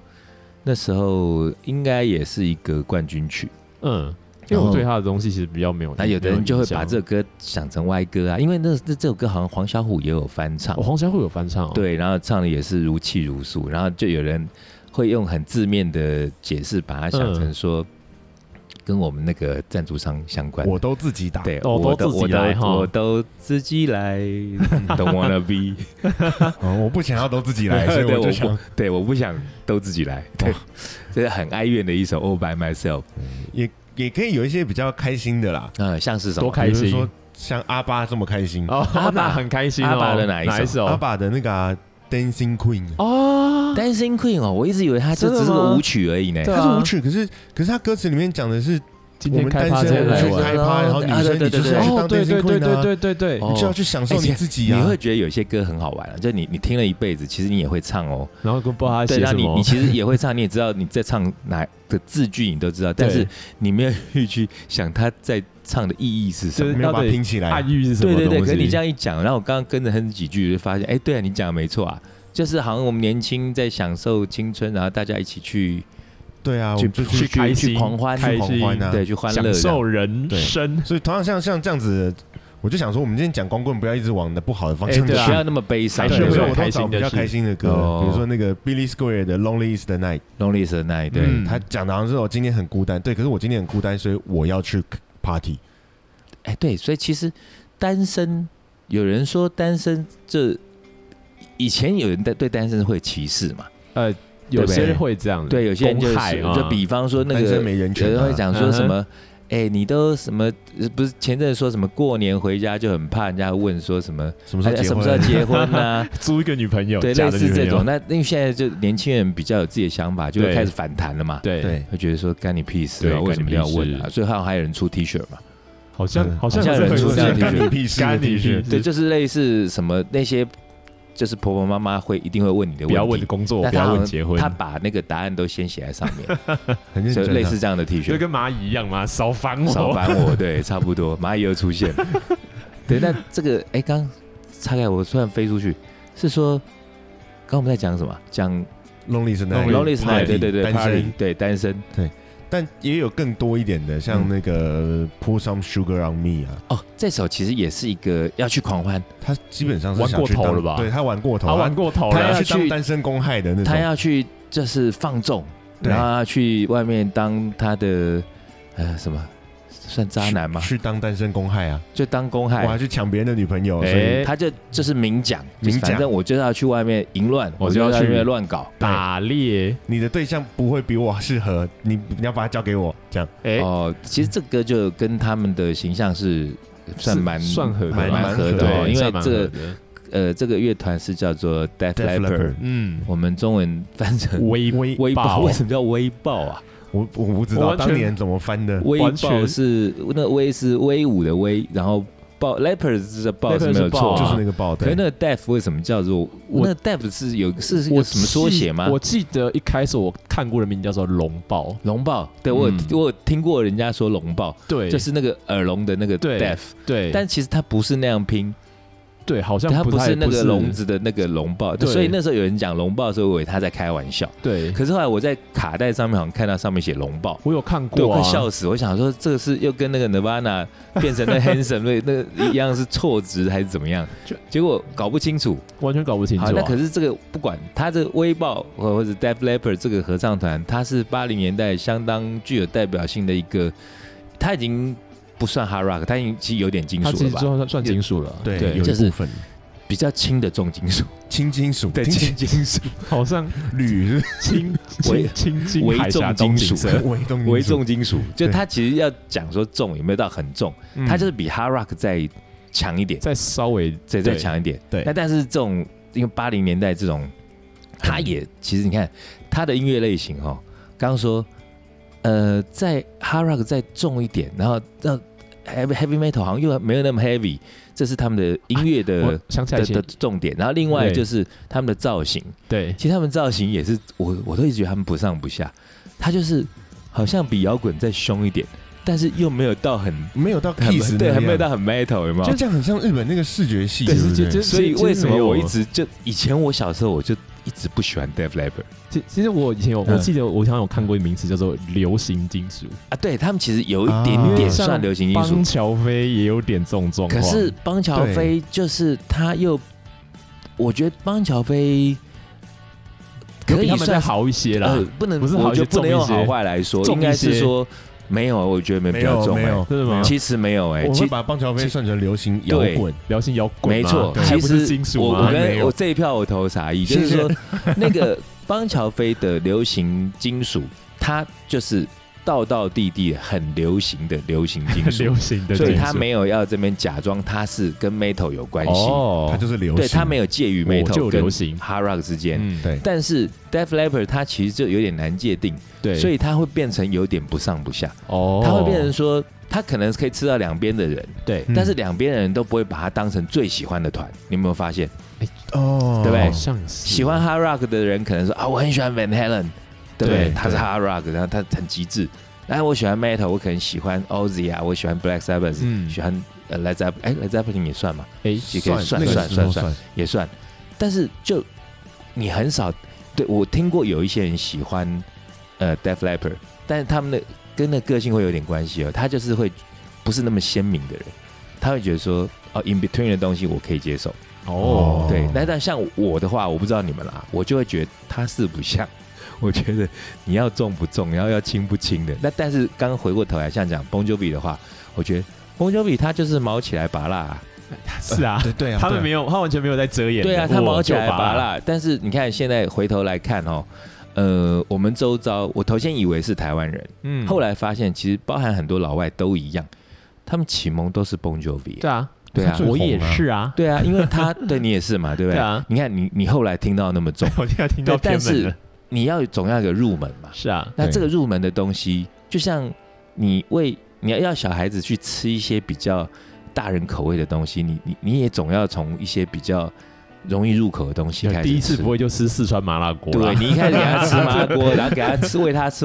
C: 那时候应该也是一个冠军曲，
D: 嗯，因为我对他的东西其实比较没有，
C: 那有的人就会把这
D: 哎没有
C: 首
D: 印
C: 歌想成歪歌啊，因为那这这首歌好像黄小琥也有翻唱
D: 象哦，，黄小琥有翻唱哦，
C: 对，然后唱的也是如泣如诉，然后就有人会用很字面的解释把它想成
D: 嗯
C: 说跟我们那个赞助商相关。
A: 我都自己打，
C: 对，
D: 哦
C: 我
D: 都自己
C: 我
D: 来哈
C: 我都自己来，Don't wanna be。
A: 嗯我不想要都自己来，所以
C: 对
A: 我就
C: 我
A: 想
C: 对，我不想都自己
D: 哦
C: 来，对，这是很哀怨的一首《All by Myself》。
A: 也也可以有一些比较开心的啦，
C: 嗯，像是什
D: 多
C: 么？
D: 开
A: 比如
D: 心
A: 说像阿巴这么开心，
D: 哦，阿
C: 阿爸
D: 爸很开心哦，
C: 阿爸的哪
D: 哪
C: 一首
D: 首？
A: 阿巴的那个啊 Dancing Queen，啊
D: 哦，
C: Dancing Queen 哦，我一直以为它就只是
D: 真的
C: 个
D: 吗
C: 舞曲而已呢。
D: 对啊
A: 它是舞曲，可是可是它歌词里面讲的是
D: 今
A: 我
D: 天
A: 们
D: 开
A: 单
D: 趴
A: 身
D: 直接
A: 我们
D: 来
A: 去
D: 玩，
A: 开趴，然后女
C: 啊对
A: 生
C: 对
A: 你就是要去
D: 哦，
A: 当
D: 对
A: Dancing
D: 对
A: Queen
D: 对哎
A: 啊，
D: 对对对
C: 哦
D: 对，
A: 你就要去享受
C: 而且
A: 你自己
C: 你
A: 啊
C: 会。觉得有些歌很好玩啊，就你你听了一辈子，其实你也会唱哦。
D: 然后跟不知道他
C: 对，
D: 写
C: 那
D: 什
C: 你
D: 么
C: 你，其实也会唱，你也知道你在唱哪的字句，你都知道，但是
D: 对
C: 你没有去去想他在唱的意义是什
D: 就
C: 么。
D: 是
A: 没有把
D: 到
A: 它
D: 底啊
A: 拼起来
D: 暗，喻是什么
C: 对
D: 东
C: 对
D: 西？
C: 对，可是你这样一讲，然后我刚刚跟着哼几句，就发现，哎，对啊，你讲的没错啊，就是好像我们年轻在享受青春，然后大家一起去
A: 对啊，我们就去
D: 去开心
C: 去狂欢
A: 去
D: 开
A: 狂
D: 心
A: 欢啊，
C: 对，去欢乐这
D: 享
C: 样，
D: 受人
A: 对
D: 生，
A: 所以同样像像这样子，我就想说，我们今天讲光棍，不要一直往的不好的方向
D: 哎对啊
C: 不
A: 去。
C: 要那么悲
D: 还
C: 伤。
A: 对
D: 是
C: 对
A: 所以
D: 有
C: 不对
A: 我都
D: 开心
A: 找
D: 的
A: 比较
D: 事
A: 开心的歌，
C: 哦
A: 比如说那个 Billy Square 的 Lonely Is the Night，
C: Lonely is the night，对，
D: 嗯
A: 他讲的好像是我今天很孤单，对，可是我今天很孤单，所以我要去 party。
C: 哎、对，所以其实单身，有人说单身这。以前有人对对单身会有歧视嘛？
D: 有些
C: 对
D: 人会这样，
C: 对，有些人就
D: 公害啊
C: 是
D: 嘛
C: 就比方说那
A: 单身
C: 个
A: 没人
C: 有
A: 权
C: 人
A: 啊
C: 会讲说什
D: 嗯哼
C: 么，哎、你都什么呃不是前阵子说什么过年回家就很怕人家问说什么
A: 什么时候
C: 哎
A: 结
C: 什么时
A: 婚
C: 候？结 婚呐？
D: 租一个女朋友，
C: 对，
D: 假
C: 类
D: 的女
C: 似
D: 朋
C: 这
D: 友
C: 种。，那因为现在就年轻人比较有自己的想法，就会
D: 对
C: 开始反弹了嘛，
D: 对
A: 对，
C: 会觉得说干你屁事啊，
D: 对
C: 为什么一定要
D: 干你屁
C: 问啊？
D: 事
C: 最后还有人出 T 恤嘛，
D: 好像
A: 嗯
D: 好像
C: 好像
D: 有
C: 有人
D: 这
C: 出
D: 个
C: 这样的
D: 东西
A: 干你屁事，
D: 干你屁事
C: 对，就是类似什么那些，就是婆婆妈妈会一定会问你的
D: 不要
C: 问
D: 问
C: 题，
D: 工作，
C: 但
D: 不
C: 他
D: 要
C: 好
D: 问
C: 像
D: 结婚，
C: 他把那个答案都先写在上 面，
A: 很认
C: 就
A: 真啊。
C: 类似这样的 T
D: 就
C: 恤。
D: 跟蚂蚁一样嘛，少烦我，
C: 少烦我，对，差不多。蚂蚁又出现了，对，那这个哎，刚岔开，我突然飞出去，是说刚我们在讲什么？讲
A: Lonely is the Night，
C: Lonely Night，
A: Party，
C: 对对对
A: 单
C: ，Party，
A: 身。
C: 对单身。
A: 但也有更多一点的，像那个 Pour Some Sugar on Me 啊，
C: 哦，这首其实也是一个要去狂欢，
A: 他基本上是想
D: 玩过
A: 去当
D: 头了吧
A: 对他玩过头，
D: 他玩过头
A: 他
D: 了
A: 要，去
C: 他要
A: 当
C: 去
A: 单身公害的那
C: 他
A: 种。
C: 要啊去就是放纵，
A: 对
C: 然后要去外面当他的呃什么。算渣男吗？
A: 去当单身公害啊！
C: 就当公
A: 我还
C: 害，
A: 去抢别人的女朋友，所以
D: 哎
C: 他就就是明讲，
A: 明讲
C: 反正我就是要去外面淫乱，
D: 我
C: 我
D: 就
C: 就
D: 要
C: 要
D: 去
C: 去外面乱搞。
D: 打猎，
A: 你的对象不会比我适合，你你要把他交给我，这样
D: 哎，
C: 哦，其实这个歌就跟他们的形象是算
D: 是
C: 蛮
D: 算合的
C: 蛮
D: 吧
C: 蛮合
A: 对
C: 的哦，
A: 对
C: 因为
D: 算蛮
C: 这
D: 合
C: 个
D: 的
C: 呃这个乐团是叫做 Def
A: Def
C: 嗯 Leppard，
A: Leppard
D: 嗯，
C: 我们中文翻成
D: 微
A: 微
C: 微
D: 爆
C: 为什么叫微爆啊？
A: 我我不知
D: 我
A: 道
D: 完全
A: 当年怎么翻的。
C: 威
D: 完
C: 豹
D: 全
C: 是那威是威武的威，然后豹 leopard 这豹是
D: leopard
C: 没有
D: 是豹
C: 错
D: 啊
C: 嘛，
A: 就是那个报，
C: 可是
A: 对
C: 那，个 d e a f 为什么叫做
D: 我
C: 那 d e a f 是有是是一
D: 我
C: 个什么缩写吗
D: 记？我记得一开始我看过的名字叫做龙豹，
C: 龙豹，对我有、
D: 嗯
C: 我有听过人家说龙豹，
D: 对，
C: 就是那个耳聋的那个
D: 对
C: d e a f
D: 对，
C: 但其实它不是那样拼，
D: 对好像
C: 它
D: 不太
C: 是那
D: 不
C: 个
D: 是
C: 聋，子的那个龙豹，
D: 对嗯
C: 所以那时候有人讲龙豹的时候，我以为他在开玩笑。
D: 对，
C: 可是后来我在卡带上面好像看到上面写龙豹，
D: 我有看
C: 对，
D: 过
C: 我
D: 啊，
C: 快笑死！我想说，这个是又跟那个 Nirvana 变成那 Hanson 那那一样是错值还是怎么样
D: 就？
C: 结果搞不清楚。
D: 完全搞不清楚
C: 好，
D: 啊。
C: 那可是这个不管，他这个微豹或或者 Def Leppard 这个合唱团，它是八零年代相当具有代表性的一个，它已经不算 Hard Rock，它已经其实有点金
D: 它
C: 属
D: 其
C: 了
D: 实
C: 吧，
D: 算算金属了，
A: 对，
C: 对
A: 有一
C: 就是
A: 部分
C: 比较轻的重金属，
A: 轻金属，听起
C: 金 属，
D: 好像
A: 来 铝是
D: 青
C: 微
D: 青青金
C: 微
D: 海峡
C: 重
D: 东
C: 金
D: 景
C: 属
D: 色
A: 微动
C: 为
A: 金属
C: 重金属。就
A: 对
C: 它其实要讲说重有没有到很重，
A: 嗯
C: 它就是比 Hard Rock 再强一点。
D: 再稍微
C: 再再强一点。
A: 对
C: 那但是这种因为八零年代这种，他也其实你看他的音乐类型哦，刚刚说呃，在 hard rock 再重一点，然后让 heavy heavy metal 好像又没有那么 heavy，这是他们的音乐
A: 啊
C: 的、
D: 我想起来
C: 的
D: 一些
C: 的重点。然后另外
D: 对
C: 就是他们的造型，
D: 对
C: 其实他们造型也是我我都一直觉得他们不上不下，他就是好像比摇滚再凶一点，但是又没有到很。
A: 没有到
C: 很
A: kiss 那
C: 对，还没有
A: 样
C: 到很 metal，有没有？
A: 就这样很像日本那个视觉系，
D: 对
A: 不
D: 就就
C: 所以
D: 其实
C: 为什么
D: 没有
C: 我一直就以前我小时候我就一直不喜欢 Def Leppard
D: 其其实我以前有，
C: 嗯
D: 我记得我好像有看过一个名词叫做流行金属，
C: 啊，对他们其实有一
A: 啊
C: 点点
D: 像
C: 算流行因素
D: 邦，乔飞也有点这种状
C: 可
D: 况。
C: 是邦乔飞就是他又，我觉得邦乔飞
D: 有
C: 可
D: 比
C: 以
D: 他们再
C: 算
D: 好一些啦
C: 呃，，不能
D: 不是好
C: 我
D: 一
C: 就
D: 些
C: 不
D: 重一
C: 能用
D: 些
C: 好坏来说，
D: 重
C: 应该
D: 一
C: 是
D: 些
C: 说没有，我觉得没
A: 没
C: 比较
A: 有
C: 重
A: 没
C: 哎
A: 有，
D: 真的吗？
C: 其实没有哎，
D: 嗯我
C: 其
A: 会
C: 实
A: 把棒球飞算成流行摇
C: 对
A: 滚，
D: 流行摇滚嘛，啊
C: 没错
D: 对，还
C: 其
D: 不是
C: 实
D: 金属啊
C: 我我
D: 吗？
A: 没
C: 跟
A: 有
C: 我这一票我投傻意，就
A: 谢
C: 是
A: 谢
C: 说那个 邦乔飞的流行金属，它就是道道地地很流行的流行金 属
D: 流，行的金属，
C: 所以它没有要这边假装它是跟 metal 有关系，
A: 它
D: 哦，
A: 就是流行，
C: 对，它没有介于
D: 我就
C: metal 跟
D: 流行
C: hard rock 之间。
D: 嗯，
A: 对
C: 但是 Def Leppard 它其实就有点难界定，
D: 对，
C: 所以它会变成有点不上不下，
D: 哦，
C: 它会变成说它可能可以吃到两边的人，
D: 对，
A: 嗯
C: 但是两边的人都不会把它当成最喜欢的团，你有没有发现？
A: 哦，
C: 对不对
D: 好像是
C: 喜欢 hard rock 的人可能说啊，我很喜欢 Van Halen，对不对？
A: 对
C: 他是
A: 对
C: hard rock，然后他很极致。哎，我喜欢 metal，我可能喜欢 Ozzy 啊，我喜欢 Black Sabbath，、
D: 嗯
C: 喜欢呃 Led Zeppelin，哎 Led Zeppelin 也算嘛，
D: 哎，
C: 也可以算
A: 那个
C: 算
A: 时候
C: 算
A: 算，
C: 也算。但是就你很少，对我听过有一些人喜欢呃 Def Leppard，但是他们的跟那个性会有点关系哦，他就是会不是那么鲜明的人，他会觉得说哦 In Between 的东西我可以接受。
D: 哦，
C: 对，那但像我的话，我不知道你们啦，我就会觉得他是不像。我觉得你要重不重，然后要轻不轻的。那但是刚回过头来，像讲 Bon Jovi 的话，我觉得 Bon Jovi 他就是毛起来拔蜡，
D: 是 啊，
A: 对对啊，
D: 他
A: 对
D: 们
A: 啊
D: 没有，他完全没有在遮掩的，
C: 对啊，他毛
D: 我
C: 起
D: 哦就
C: 来拔
D: 拔，
C: 蜡。但是你看现在回头来看哦，呃，我们周遭，我头先以为是台湾人，
D: 嗯
C: 后来发现其实包含很多老外都一样，他们启蒙都是 Bon Jovi，
D: 对啊，
C: 对啊
A: 最，红
D: 我
A: 啊
D: 也是啊，
C: 对啊，因为他对你也是嘛，对不
D: 对
C: 对？
D: 啊，
C: 你看你你后来听到那么重。
D: 我听到听到
C: 对但
D: 偏门
C: 是
D: 了，
C: 你要总要有个入门嘛。
D: 是啊，
C: 那
A: 对
C: 这个入门的东西，就像你喂你要要小孩子去吃一些比较大人口味的东西，你你你也总要从一些比较容易入口的东西开始吃。
D: 第一次不会就吃四川麻辣锅啊啦
C: 对，你一开始给他吃麻辣锅， 然后给他吃喂他吃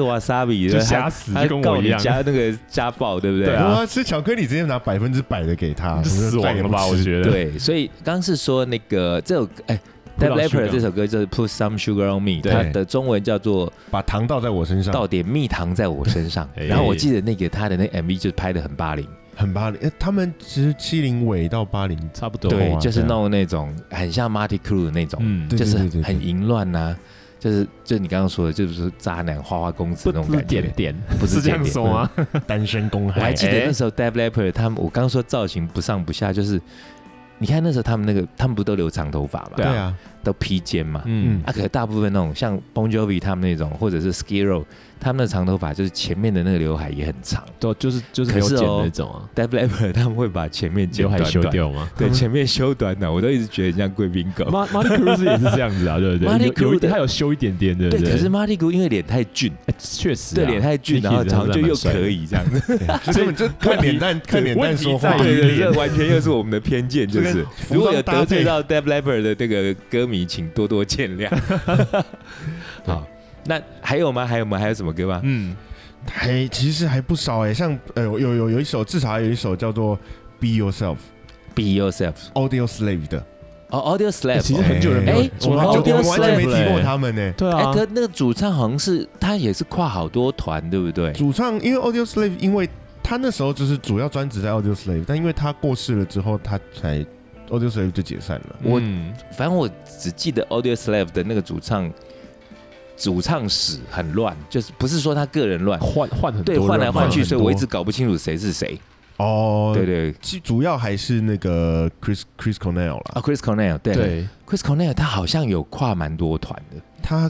C: wasabi，
D: 就
C: 然后他
D: 吓死，
C: 他
D: 就跟
C: 告
D: 我一
C: 你
D: 样，
C: 家那个家暴，对不对？
D: 对啊
A: 我吃巧克力直接拿百分之百的给他，
D: 死亡了 吧？我
A: 得
D: 觉得，
C: 对，所以刚是说那个这首哎。
D: 葡
C: d
D: 萄
C: e v Leppard
D: sugar
C: 这首歌就是 Put Some Sugar on Me，
A: 对
C: 它的中文叫做
A: 把糖倒在我身上，
C: 倒点蜜糖在我 身上。
D: 哎
C: 然后我记得那个他的那 MV 就拍的很八零，
A: 很八零，哎他们其实七零尾到八零，
D: 差不多，
C: 对
A: 啊，
C: 就是
A: 对啊
C: 弄那种很像 Marty Crew 的那种，
D: 嗯，
A: 对
C: 就是
A: 对对对
C: 很淫乱呐，就是就你刚刚说的，就是渣男花花公子
D: 不
C: 那种
D: 不是
C: 感觉
D: 点，点，
C: 不
D: 是
C: 是
D: 这样
C: 点点
D: 说吗？
A: 单身公
C: 我还
A: 害，
C: 记得那时候
A: 哎
C: Def Leppard 他们，我刚说造型不上不下，就是你看那时候他们那个，他们不都留长头发嘛？
A: 对啊，
C: 都披肩嘛，
D: 嗯
A: 嗯
C: 啊，可是大部分那种像 Bon Jovi 他们那种，或者是 Skiro 他们的长头发，就是前面的那个刘海也很长。
D: 对，就是就是没有
C: 可是
D: 剪
C: 哦
D: 的那种啊，
C: d e v l e p e r 他们会把前面剪
D: 刘海
C: 短
D: 修
C: 短，
D: 掉吗？
C: 对，前面修短短，我都一直觉得很像贵宾 狗。
D: 马马里克鲁斯也是这样子啊，对不
C: Marty
D: 对？有有一
C: Cruz 的
D: 点他有修一点点，对不
C: 对，
D: 对？
C: 可是 Marty Gu 因为脸太俊，
D: 哎确实啊
C: 对，脸太俊，
D: Nicky
C: 然后
D: 真的
C: 长就又
D: 蛮帅的
C: 可以这样子。
A: 就根本就看脸蛋看脸蛋说话，
C: 对对，这完全又是我们的偏见，就
A: 这
C: 是
A: 个服装
C: 如果有得罪
A: 搭
C: 到 d e v l e p e r 的这个歌迷，请多多见谅。好，那还有吗？还有吗？还有什么歌吗？
D: 嗯，
A: 还其实还不少哎、像呃有有有一首至少还有一首叫做《Be Yourself》
C: Be Yourself，
A: Audio Slave 的，
C: 哦，Audio
D: 哎
C: Slave，
D: 其实很久人没有
C: 哎
A: 我
D: 我
A: 们
D: 们
A: 完
C: 哦
A: 全
D: 好
C: Audio
A: 我们完全没
C: Slave
A: 提过
D: 嘞
A: 他们呢、
D: 对
C: 哎，
D: 啊，
C: 可那个主唱好像是他也是跨好多团，对不对？
A: 主唱因为 Audio Slave，因为他那时候就是主要专职在 Audio Slave，但因为他过世了之后，他才 Audio Slave 就解散了。
C: 我
D: 嗯
C: 反正我只记得 Audio Slave 的那个主唱，主唱史很乱，就是不是说他个人乱，
D: 换换很多
C: 对，
D: 人嘛，
C: 换来换去，
A: 很多
C: 所以我一直搞不清楚谁是谁。
A: 哦，
C: 对，对
A: 其主要还是那个 Chris Chris Cornell 啦，
C: 啊，Chris Cornell，对
D: 对，
C: Chris Cornell 他好像有跨蛮多团的。
A: 他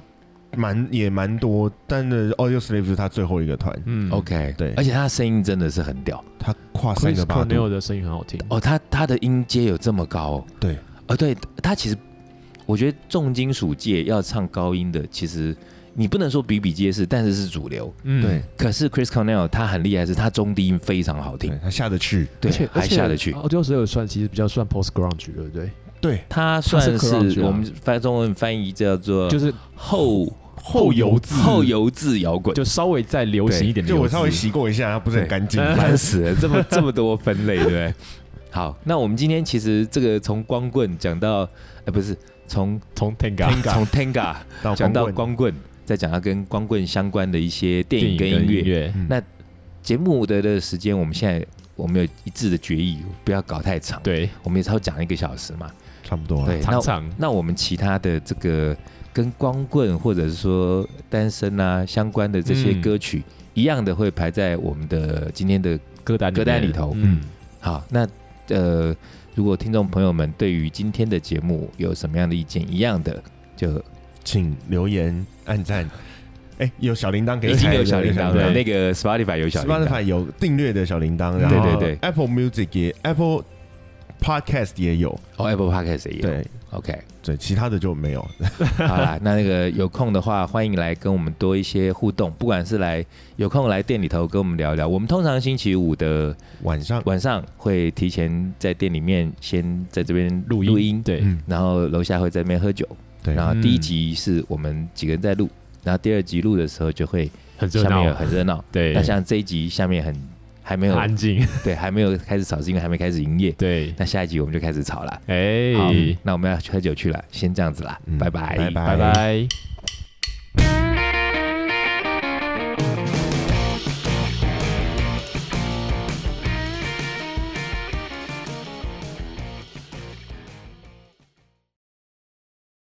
A: 蛮也蛮多，但是 Audio Slave 是他最后一个团，
D: 嗯
C: OK，
A: 对
C: 而且他的声音真的是很屌
A: 他跨三
D: Chris
A: 个八度
D: Cornell，的声音很好听，
C: 哦，他他的音阶有这么高哦、
A: 对，
C: 哦，对他其实我觉得重金属界要唱高音的，其实你不能说比比皆是，但是是主流。
D: 嗯
A: 对，
C: 可是 Chris Cornell 他很厉害，是他中低音非常好听
A: 对，他下得去，
D: 而
C: 对
D: 且，
C: 还下得去。
D: 哦，就是有算，其实比较算 post grunge，对不对？
A: 对，
C: 他算
D: 他是 grunge
C: 是
D: 啊
C: 我们翻中文翻译叫做
D: 就是
C: 后
D: 后油渍
C: 后油渍摇 滚，
D: 就稍微再流行一点的
A: 就我
D: 油脂，
A: 稍微洗过一下，他不是很干净。
D: 对
C: 烦死了，这么这么多分类，对不对？ 好，那我们今天其实这个从光棍讲到，呃，不是从
D: 从 Tenga
C: 从 Tenga
A: 到
C: 讲到
A: 棍
C: 光棍，再讲到跟光棍相关的一些电
D: 电
C: 影
D: 影
C: 跟
D: 跟
C: 音
D: 音
C: 乐。
D: 乐，
C: 节目的的时间，我们现在我们有一致的决议，不要搞太长，
D: 对，
C: 我们也超讲一个小时嘛。
A: 差不多了。
C: 对，那
D: 常常
C: 那我们其他的这个跟光棍或者是说单身啊相关的这些
D: 嗯
C: 歌曲，一样的会排在我们的今天的
D: 歌单
C: 歌
D: 面
C: 单里头
D: 嗯，
C: 好，那呃，如果听众朋友们对于今天的节目有什么样的意见，一样的就
A: 请留言、按赞。哎、有小铃铛可以
C: 已经
A: 开，
C: 有小铃铛 了，
D: 对
C: 那个 Spotify 有小铃铛，
A: Spotify 有订阅的小铃铛，然后
C: 对对对
A: Apple Music 也 Apple Podcast 也有，
C: 哦 Apple Podcast 也有
A: 对
C: OK，
A: 对，其他的就没有。
C: 好啦，那那个有空的话，欢迎来跟我们多一些互动，不管是来有空来店里头跟我们聊一聊，我们通常星期五的
A: 晚上
C: 晚上会提前在店里面先在这边
D: 录音
C: 录音，
D: 对，
A: 嗯
C: 然后楼下会在那边喝酒，
A: 对
C: 然后
D: 嗯
C: 第一集是我们几个人在录，然后第二集录的时候就会
D: 很热
C: 下面有
D: 闹，
C: 很热闹。
D: 对
C: 那，像这一集下面很还没有
D: 安 静，
C: 对，还没有开始吵，是因为还没开始营业。
D: 对，
C: 那下一集我们就开始吵了。好
D: 哎，，
C: 那我们要去喝酒去了，先这样子啦，
A: 嗯
C: 拜拜，
A: 拜拜
D: 拜拜。